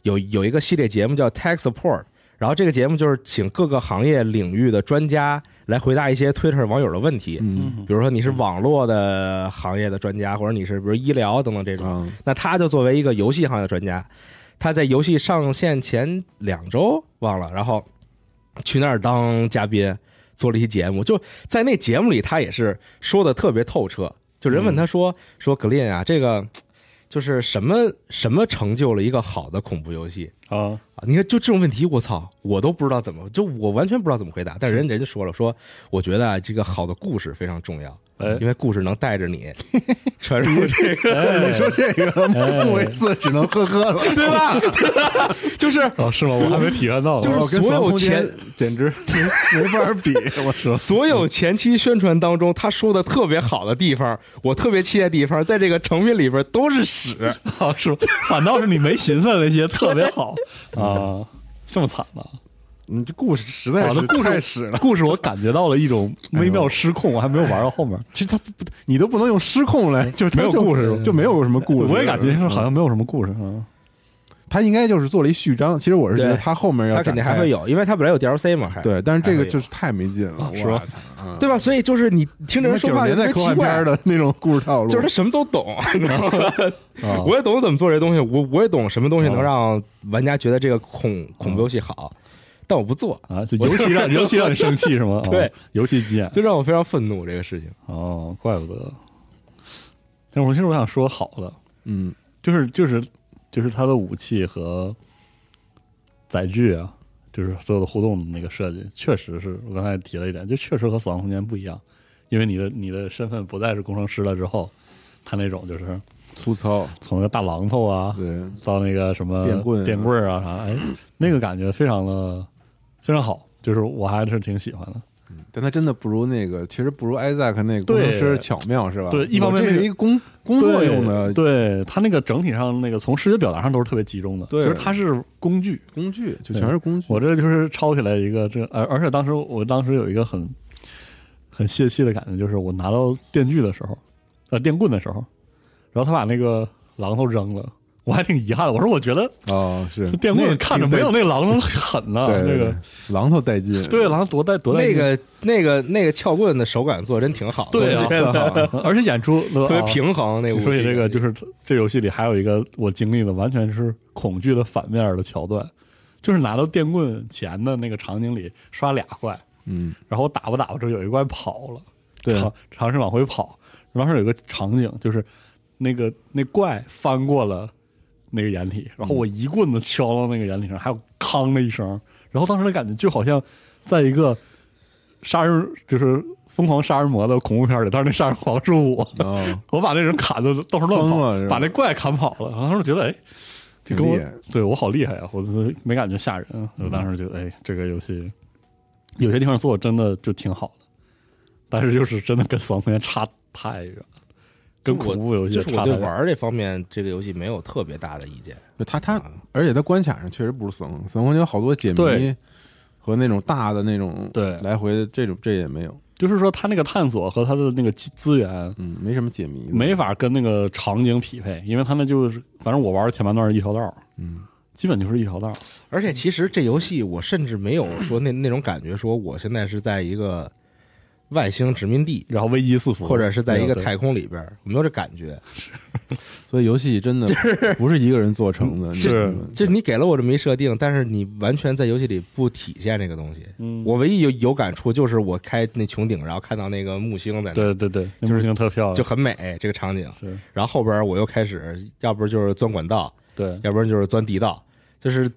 S2: 有有一个系列节目叫 Tech Support，然后这个节目就是请各个行业领域的专家来回答一些 Twitter 网友的问题。
S4: 嗯
S2: 比如说你是网络的行业的专家，或者你是比如医疗等等这种，
S4: 啊，
S2: 那他就作为一个游戏行业的专家，他在游戏上线前两周忘了，然后去那儿当嘉宾做了一期节目，就在那节目里，他也是说的特别透彻。就人问他说、说格林啊，这个就是什么什么成就了一个好的恐怖游戏
S3: 啊，
S2: 啊？你看就这种问题，我操，我都不知道怎么，就我完全不知道怎么回答。但人人家说了，说我觉得啊，这个好的故事非常重要。
S3: 哎
S2: 因为故事能带着你传入这个，
S3: 哎
S4: 你说这个
S3: 哎
S4: 莫维斯只能呵呵了，
S2: 对吧？就是
S3: 哦，是吗？我还没体验到呢，
S2: 就是
S4: 我哦跟
S2: 所有
S4: 三空间
S2: 前
S4: 简 直没法比， 我说
S2: 所有前期宣传当中，他说的特别好的地方，我特别期待的地方，在这个成品里边都是屎。
S3: 啊，是吗，反倒是你没寻思那些特别好啊，这么惨呢？
S4: 你这哦故事实在
S3: 我的
S4: 是
S3: 故
S4: 太
S3: 事
S4: 屎了。
S3: 故事我感觉到了一种微妙失控，我还没有玩到后面，
S4: 其实他不，不你都不能用失控来，就是
S3: 没有故事是吧
S4: 就没有什么故事。嗯
S3: 我也感觉好像没有什么故事啊。
S4: 他应该就是做了一序章。其实我是觉得
S2: 对
S4: 他后面要
S2: 他肯定还会
S4: 有
S2: 有，因为他本来有 DLC 嘛，还
S4: 对，但是这
S2: 还
S4: 个
S2: 会有
S4: 就是太没劲了，
S3: 是吧
S4: 我操？嗯
S2: 对吧？所以就是你听这人说
S4: 九
S2: 话
S4: 十
S2: 也
S4: 年
S2: 特别
S4: 代科
S2: 奇
S4: 幻
S2: 怪
S4: 片，的那种故事套路，
S2: 就是他什么都懂，你知道吗？
S3: 啊
S2: 我也懂怎么做这东西，我我也懂什么东西能让玩家觉得这个恐恐怖游戏好，但我不做，
S3: 啊，就尤其让尤其让你生气是吗？啊
S2: 对，
S3: 尤其急眼
S2: 就让我非常愤怒这个事情。
S3: 哦，怪不得。但是我其实我想说好的，
S4: 嗯，
S3: 就是就是就是它的武器和载具啊，就是所有的互动的那个设计，确实是我刚才提了一点，就确实和《死亡空间》不一样，因为你的你的身份不再是工程师了之后，他那种就是
S4: 粗糙，
S3: 从那个大榔头啊
S4: 对，
S3: 到那个什么
S4: 电棍啊
S3: 电棍儿啊啥，哎，那个感觉非常的非常好，就是我还是挺喜欢的。
S4: 但他真的不如那个，其实不如艾赞克那个工
S3: 对
S4: 程师巧妙，是吧？
S3: 对一方面
S4: 我这
S3: 那
S4: 是
S3: 个
S4: 一个工工作用的
S3: 对对它那个整体上那个从视觉表达上都是特别集中的，
S4: 对
S3: 就是它是工具，
S4: 工具，就全是工具。
S3: 我这就是抄起来一个这，而而且当时我当时有一个很很泄气的感觉，就是我拿到电锯的时候，呃，电棍的时候，然后他把那个榔头扔了，我还挺遗憾的。我说我觉得
S4: 哦，是
S3: 这电棍
S4: 那
S3: 看着
S4: 挺
S3: 没
S4: 带
S3: 有那榔头狠呢、
S4: 对
S3: 啊那
S4: 对
S3: 个
S4: 对榔头带劲，
S3: 对榔头多带多带
S2: 那
S3: 劲，
S2: 个那个那个撬棍的手感做得真挺好的，
S3: 对啊
S2: 我觉得
S3: 而且演出 特
S2: 特别。平衡。那个
S3: 你
S2: 武
S3: 说
S2: 器
S3: 起这个，就是是这游戏里还有一个我经历的，完全是恐惧的反面的桥段，就是拿到电棍前的那个场景里刷俩怪，
S4: 嗯，
S3: 然后我打吧打吧，这有一怪跑了，
S4: 对
S3: 尝尝试往回跑。当时有一个场景，就是那个那怪翻过了那个掩体，然后我一棍子敲到那个掩体上，还有吭的一声，然后当时的感觉就好像在一个杀人就是疯狂杀人魔的恐怖片里，但是那杀人狂是我，
S4: 哦，
S3: 我把那人砍的到处乱
S4: 疯
S3: 跑
S4: 了是，吧
S3: 把那怪砍跑了，然后当时我觉得哎。这跟我
S4: 挺厉害
S3: 对我好厉害啊！我就是没感觉吓人，啊我当时觉得，哎，这个游戏有些地方做得真的就挺好的，但是就是真的跟《死亡空间》差太远，跟恐怖游戏
S2: 就是我
S3: 差太
S2: 对
S3: 远。
S2: 玩儿这方面这个游戏没有特别大的意见。
S4: 就他他，而且他关卡上确实不是死亡，死亡空间有好多解谜
S3: 对
S4: 和那种大的那种
S3: 对
S4: 来回的这种这也没有，
S3: 就是说，它那个探索和它的那个资资源
S4: 嗯，没什么解谜的，
S3: 没法跟那个场景匹配，因为它那就是，反正我玩的前半段是一条道儿，
S4: 嗯，
S3: 基本就是一条道儿。
S2: 而且其实这游戏我甚至没有说那那种感觉，说我现在是在一个外星殖民地，
S3: 然后危机四伏，
S2: 或者是在一个
S3: 嗯对
S2: 太空里边儿，我没有这感觉。
S4: 所以游戏真的不是一个人做成的，
S3: 是
S4: 你
S2: 就是你给了我这么一设定，但是你完全在游戏里不体现这个东西。
S3: 嗯
S2: 我唯一有有感触就是我开那穹顶，然后看到那个木星在那儿，
S3: 对对对，那明星特漂亮，
S2: 就很美这个场景。
S3: 是
S2: 然后后边我又开始，要不就是钻管道，
S3: 对。
S2: 要不然就是钻地道，就是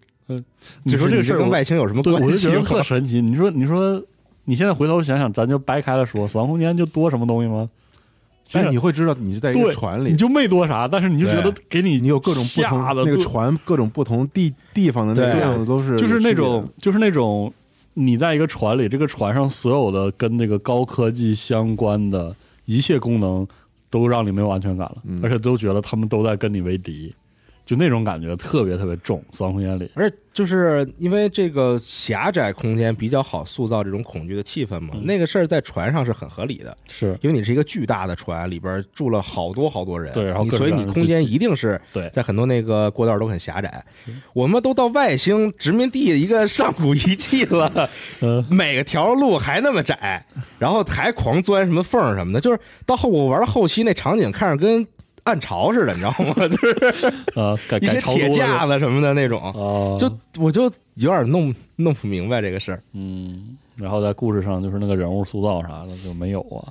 S3: 你说
S2: 就是你
S3: 这个事儿
S2: 跟
S3: 我
S2: 外星有什么
S3: 对，
S2: 关
S3: 我就
S2: 系
S3: 觉得
S2: 吗？
S3: 特 神奇。你说，你说，你现在回头想想，咱就掰开了说，《死亡空间》就多什么东西吗？其实
S4: 但你会知道你是在一个
S3: 对
S4: 船里
S3: 你，就没多啥，但是你就觉得给你
S4: 你有各种不同
S3: 吓得
S4: 那个
S3: 都
S4: 船各种不同地地方的那个
S2: 对
S4: 样子都是
S3: 就是那
S4: 有
S3: 种
S4: 区
S3: 就是那种你在一个船里，这个船上所有的跟这个高科技相关的一切功能都让你没有安全感了，
S4: 嗯
S3: 而且都觉得他们都在跟你为敌。就那种感觉特别特别重，《死亡空间》里，
S2: 而且就是因为这个狭窄空间比较好塑造这种恐惧的气氛嘛，
S3: 嗯
S2: 那个事儿在船上是很合理的，
S3: 是
S2: 因为你是一个巨大的船，里边住了好多好多人，
S3: 对然后
S2: 你
S3: 各
S2: 所
S3: 种
S2: 以
S3: 各
S2: 你
S3: 样的
S2: 空间
S3: 就嗯
S2: 一定是
S3: 对
S2: 在很多那个过道都很狭窄。我们都到外星殖民地一个上古遗迹了，
S3: 嗯
S2: 每个条路还那么窄，然后还狂钻什么缝儿什么的，就是到后我玩到后期那场景看着跟暗潮似的，你知道吗？就是
S3: 啊，改
S2: 一
S3: 改
S2: 些
S3: 超
S2: 铁
S3: 多了
S2: 架子什么的那种。
S3: 啊，
S2: 就我就有点弄弄不明白这个事儿。
S3: 嗯，然后在故事上就是那个人物塑造啥的就没有啊。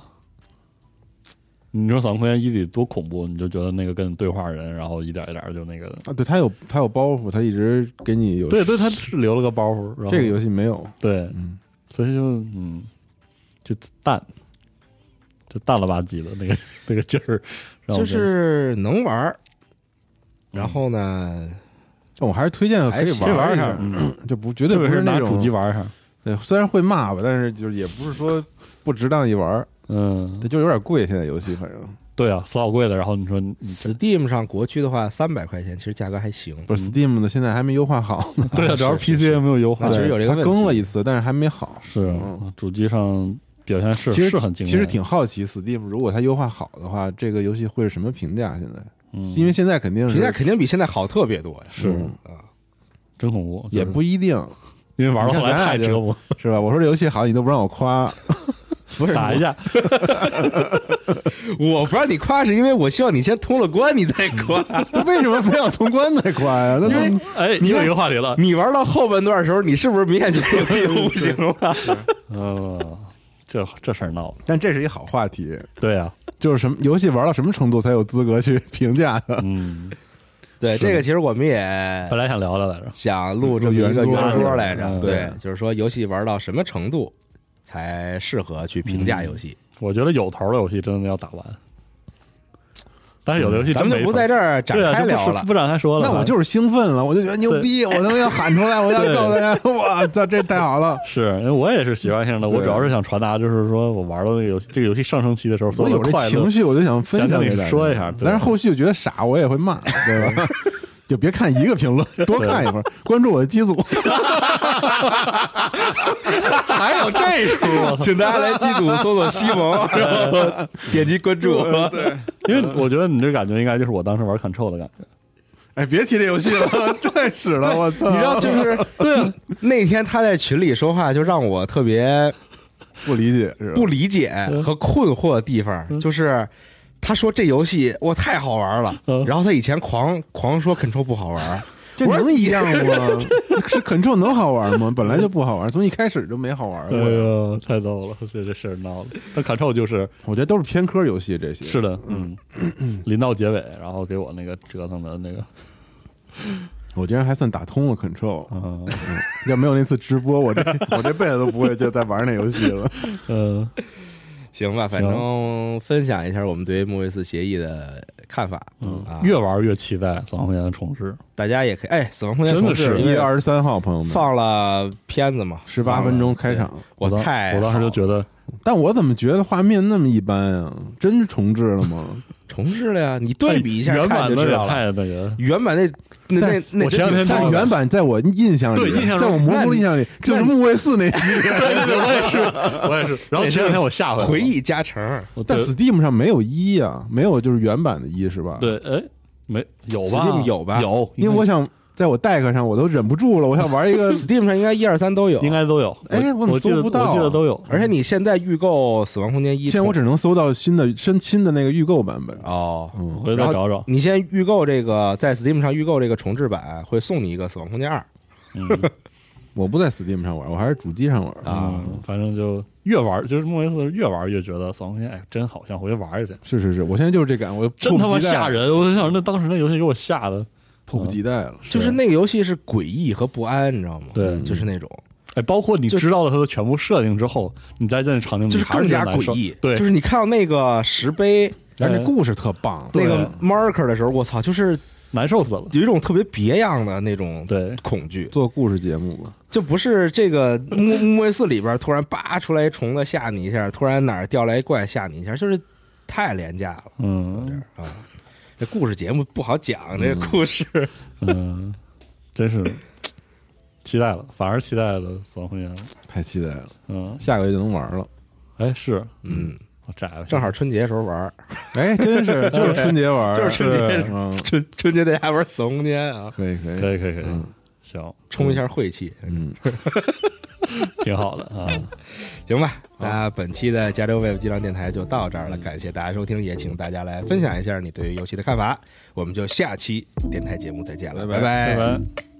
S3: 你说《死亡空间一》里多恐怖，你就觉得那个跟对话人，然后一点一点就那个，
S4: 啊，对他有他有包袱，他一直给你有
S3: 对对，他是留了个包袱。然后
S4: 这个游戏没有，
S3: 对，
S4: 嗯，
S3: 所以就嗯，就淡，就淡了吧唧的那个 那个劲儿，让我
S2: 就
S3: 觉得
S2: 是能玩儿，然后呢，
S4: 但我还是推荐可
S2: 还
S4: 以
S2: 行
S4: 玩一
S2: 这
S4: 下
S2: 玩，
S3: 嗯，
S4: 就不绝对
S3: 特
S4: 不
S3: 别是
S4: 那
S3: 拿
S4: 种
S3: 主机，玩一下，
S4: 对，虽然会骂吧，但是就是也不是说不值当一玩儿，
S3: 嗯
S4: 它，就有点贵，现在游戏反正
S3: 对啊，死好贵的。然后你说
S2: 嗯
S3: 你
S2: Steam 上国区的话，三百块钱其实价格还行。
S4: 不是 Steam 的，现在还没优化好呢，
S3: 对啊，主要
S2: 是是
S3: PC 也没有优化
S2: 啊，其实
S4: 对
S2: 有这个
S4: 它
S2: 问题
S4: 更了一次，但是还没好，
S3: 是
S4: 嗯
S3: 主机上表现是
S4: 其实
S3: 是很惊
S4: 其
S3: 艳，
S4: 实挺好奇，Steam 如果它优化好的话，这个游戏会是什么评价？现在，
S3: 嗯，
S4: 因为现在肯定是
S2: 评价肯定比现在好特别多呀。
S3: 是
S4: 嗯
S2: 啊，
S3: 真恐怖，
S4: 也
S3: 就是
S4: 不一定
S3: 因为玩到后
S4: 你看咱
S3: 来
S4: 俩
S3: 太
S4: 就
S3: 折 磨，
S4: 是吧？我说这游戏好，你都不让我夸，
S2: 不是
S3: 打一，架，
S2: 我我不让你夸，是因为我希望你先通了关，你再 夸。
S4: 那为什么非要通关再夸呀？那
S2: 因为
S4: 都
S3: 哎，
S2: 你
S3: 又
S2: 看
S3: 一个话题 了，
S2: 你玩到后半段的时候，你是不是明 显觉得这个不行了？
S3: 嗯，这这事儿闹的，
S4: 但这是一好话题，
S3: 对啊，
S4: 就是什么游戏玩到什么程度才有资格去评价它？
S3: 嗯，
S2: 对，这个其实我们也
S4: 哎
S3: 本来想聊聊来着，
S2: 想录这么一个圆桌来着，
S3: 嗯
S2: 对
S4: 对，
S2: 就是说游戏玩到什么程度才适合去评价游戏。
S3: 我觉得有头的游戏真的要打完，但是
S4: 嗯
S3: 有的游戏
S2: 咱们啊就不在
S3: 这
S2: 这儿展开聊了。
S3: 啊不展开说了，
S4: 那我就是兴奋了，我就觉得牛逼，我他妈要喊出来，我要
S3: 对
S4: 告诉大家，哇操，这太好了！
S3: 是因为我也是习惯性的，我
S4: 对啊
S3: 主要是想传达就是说我玩到那个游戏这个游戏上升期的时候，所
S4: 我有
S3: 的
S4: 这
S3: 快乐
S4: 情，绪，我就想分享
S3: 想跟
S4: 给
S3: 你
S4: 大家
S3: 说一下对
S4: 但是后续就觉得傻，我也会骂，对吧？ 就别看一个评论，多看一会儿，关注我的机组。
S2: 还有这
S4: 啊
S2: 出，请大家来机组搜索西 蒙，然后点击关注。嗯对，
S3: 因为我觉得你这感觉应该就是我当时玩 Control 的感觉，
S4: 哎，别提这游戏了， 太屎了！我操，
S2: 你知道就是对啊那天他在群里说话，就让我特别
S4: 不理解是吧？
S2: 不理解和困惑的地方，
S3: 嗯
S2: 就是他说这游戏哇太好玩了
S3: 嗯，
S2: 然后他以前狂狂说 Control 不好玩，
S4: 这能一样吗？ 是 Control 能好玩吗？本来就不好玩，从一开始就没好玩
S3: 哎
S4: 过。
S3: 呦，太逗了， 这这事儿闹的，但 Control 就是
S4: 我觉得都是偏科游戏，这些
S3: 是的，嗯，临到结尾，然后给我那个折腾的那个，
S4: 我竟然还算打通了 Control，
S3: 嗯
S4: 要没有那次直播，我这 我这辈子都不会再玩那游戏了。
S3: 嗯
S2: 行吧，反正分享一下我们对于莫维斯协议的看法。
S3: 嗯
S2: 啊，
S3: 越玩越期待《死亡空间》的重置，
S2: 大家也可以，哎，死亡空间
S3: 真的
S2: 重置
S3: 是
S2: 因
S4: 一
S2: 为
S4: 月二十三号，朋友们，
S2: 放了片子嘛，
S4: 十八分钟开场，
S2: 我
S3: 当
S2: 太
S3: 我当时就
S2: 得
S3: 觉得，
S4: 但我怎么觉得画面那么一般啊？真是重置了 吗？
S2: 重置了呀，你对比一下
S3: 哎原版
S2: 看就
S3: 的
S2: 知道
S3: 也
S2: 了。
S3: 太那 个，
S2: 原版那那那那
S3: 我前两
S2: 真挺
S3: 天
S4: 但
S2: 糙
S3: 看
S2: 的
S4: 原版在我印象
S3: 对印
S4: 里，
S3: 象中
S4: 在我模糊的印象里，就是木卫四那 系列。
S3: 我也是，我也是。然后前两天我吓回来了
S2: 回，忆加成，
S3: 我对
S4: 但 Steam 上没有一啊，没有就是原版的一是吧？，
S3: 对，哎，没有吧？
S2: Steam 有吧
S3: 有，
S4: 因为我想在我 Deck 上，我都忍不住了，我想玩 一个。
S2: Steam 上应该一二三都有，
S3: 呃应。该都有。
S4: 哎
S3: 我
S4: 我怎么
S3: 记得
S4: 搜不到啊
S3: 我记得都有。
S2: 而且你现在预购《死亡空间一》重，
S4: 现在我只能搜到新的新新的那个预购版本。
S2: 哦，
S3: 我
S4: 嗯，
S3: 回
S2: 然
S3: 头再
S2: 后
S3: 找找。
S2: 你先预购这个，在 Steam 上预购这个重置版，会送你一个《死亡空间二》。
S3: 嗯
S4: 我不在 Steam 上玩，我还是主机上玩
S2: 啊
S3: 嗯，反正就越玩，就是莫维斯越玩越觉得《死亡空间》哎，真好，想回去玩一下。
S4: 是是是，我现在就是这感，我
S3: 真他
S4: 迫
S3: 妈
S4: 不及待
S3: 吓
S4: 了，
S3: 人！我就想，那当时那游戏给我吓的。
S4: 迫不及待了。
S2: 就是那个游戏是诡异和不安，你知道吗？
S3: 对
S2: 就是那种，
S3: 哎，包括你
S2: 就
S3: 知道了它的全部设定之后，你再进场景，
S2: 就是
S3: 你还是
S2: 更加
S3: 觉得难受
S2: 诡异。
S3: 对，
S2: 就是你看到那个石碑
S4: 但是那故事特棒，
S2: 那
S3: 对
S2: 个 marker 的时候，我操，就是
S3: 难受死了。
S2: 有一种特别别样的那种
S3: 对，
S2: 恐惧，
S4: 做故事节目吧，
S2: 就不是这个木木卫四里边突然叭出来一虫子吓你一下，突然哪儿掉来一怪吓你一下，就是太廉价了
S3: 嗯，
S2: 啊！这故事节目不好讲，这个故事。
S3: 嗯，真是期待了，反而期待了死亡空间了。
S4: 太期待了，
S3: 嗯，
S4: 下个月就能玩了。
S3: 哎，是
S2: 嗯，
S3: 我窄了，
S2: 正好春节时候玩，
S4: 哎，真 是就是春节玩，
S2: 就是春节
S4: 对嗯，
S2: 春春节在家玩死亡空间啊，
S4: 可以可以，
S3: 可以可以可以，行，
S2: 冲一下晦气，
S4: 嗯，
S3: 挺好的啊。
S2: 行吧？那本期的加州 Web 机长电台就到这儿了，感谢大家收听，也请大家来分享一下你对于游戏的看法。我们就下期电台节目再见了，
S4: 拜拜
S3: 哎
S2: 拜
S3: 拜拜。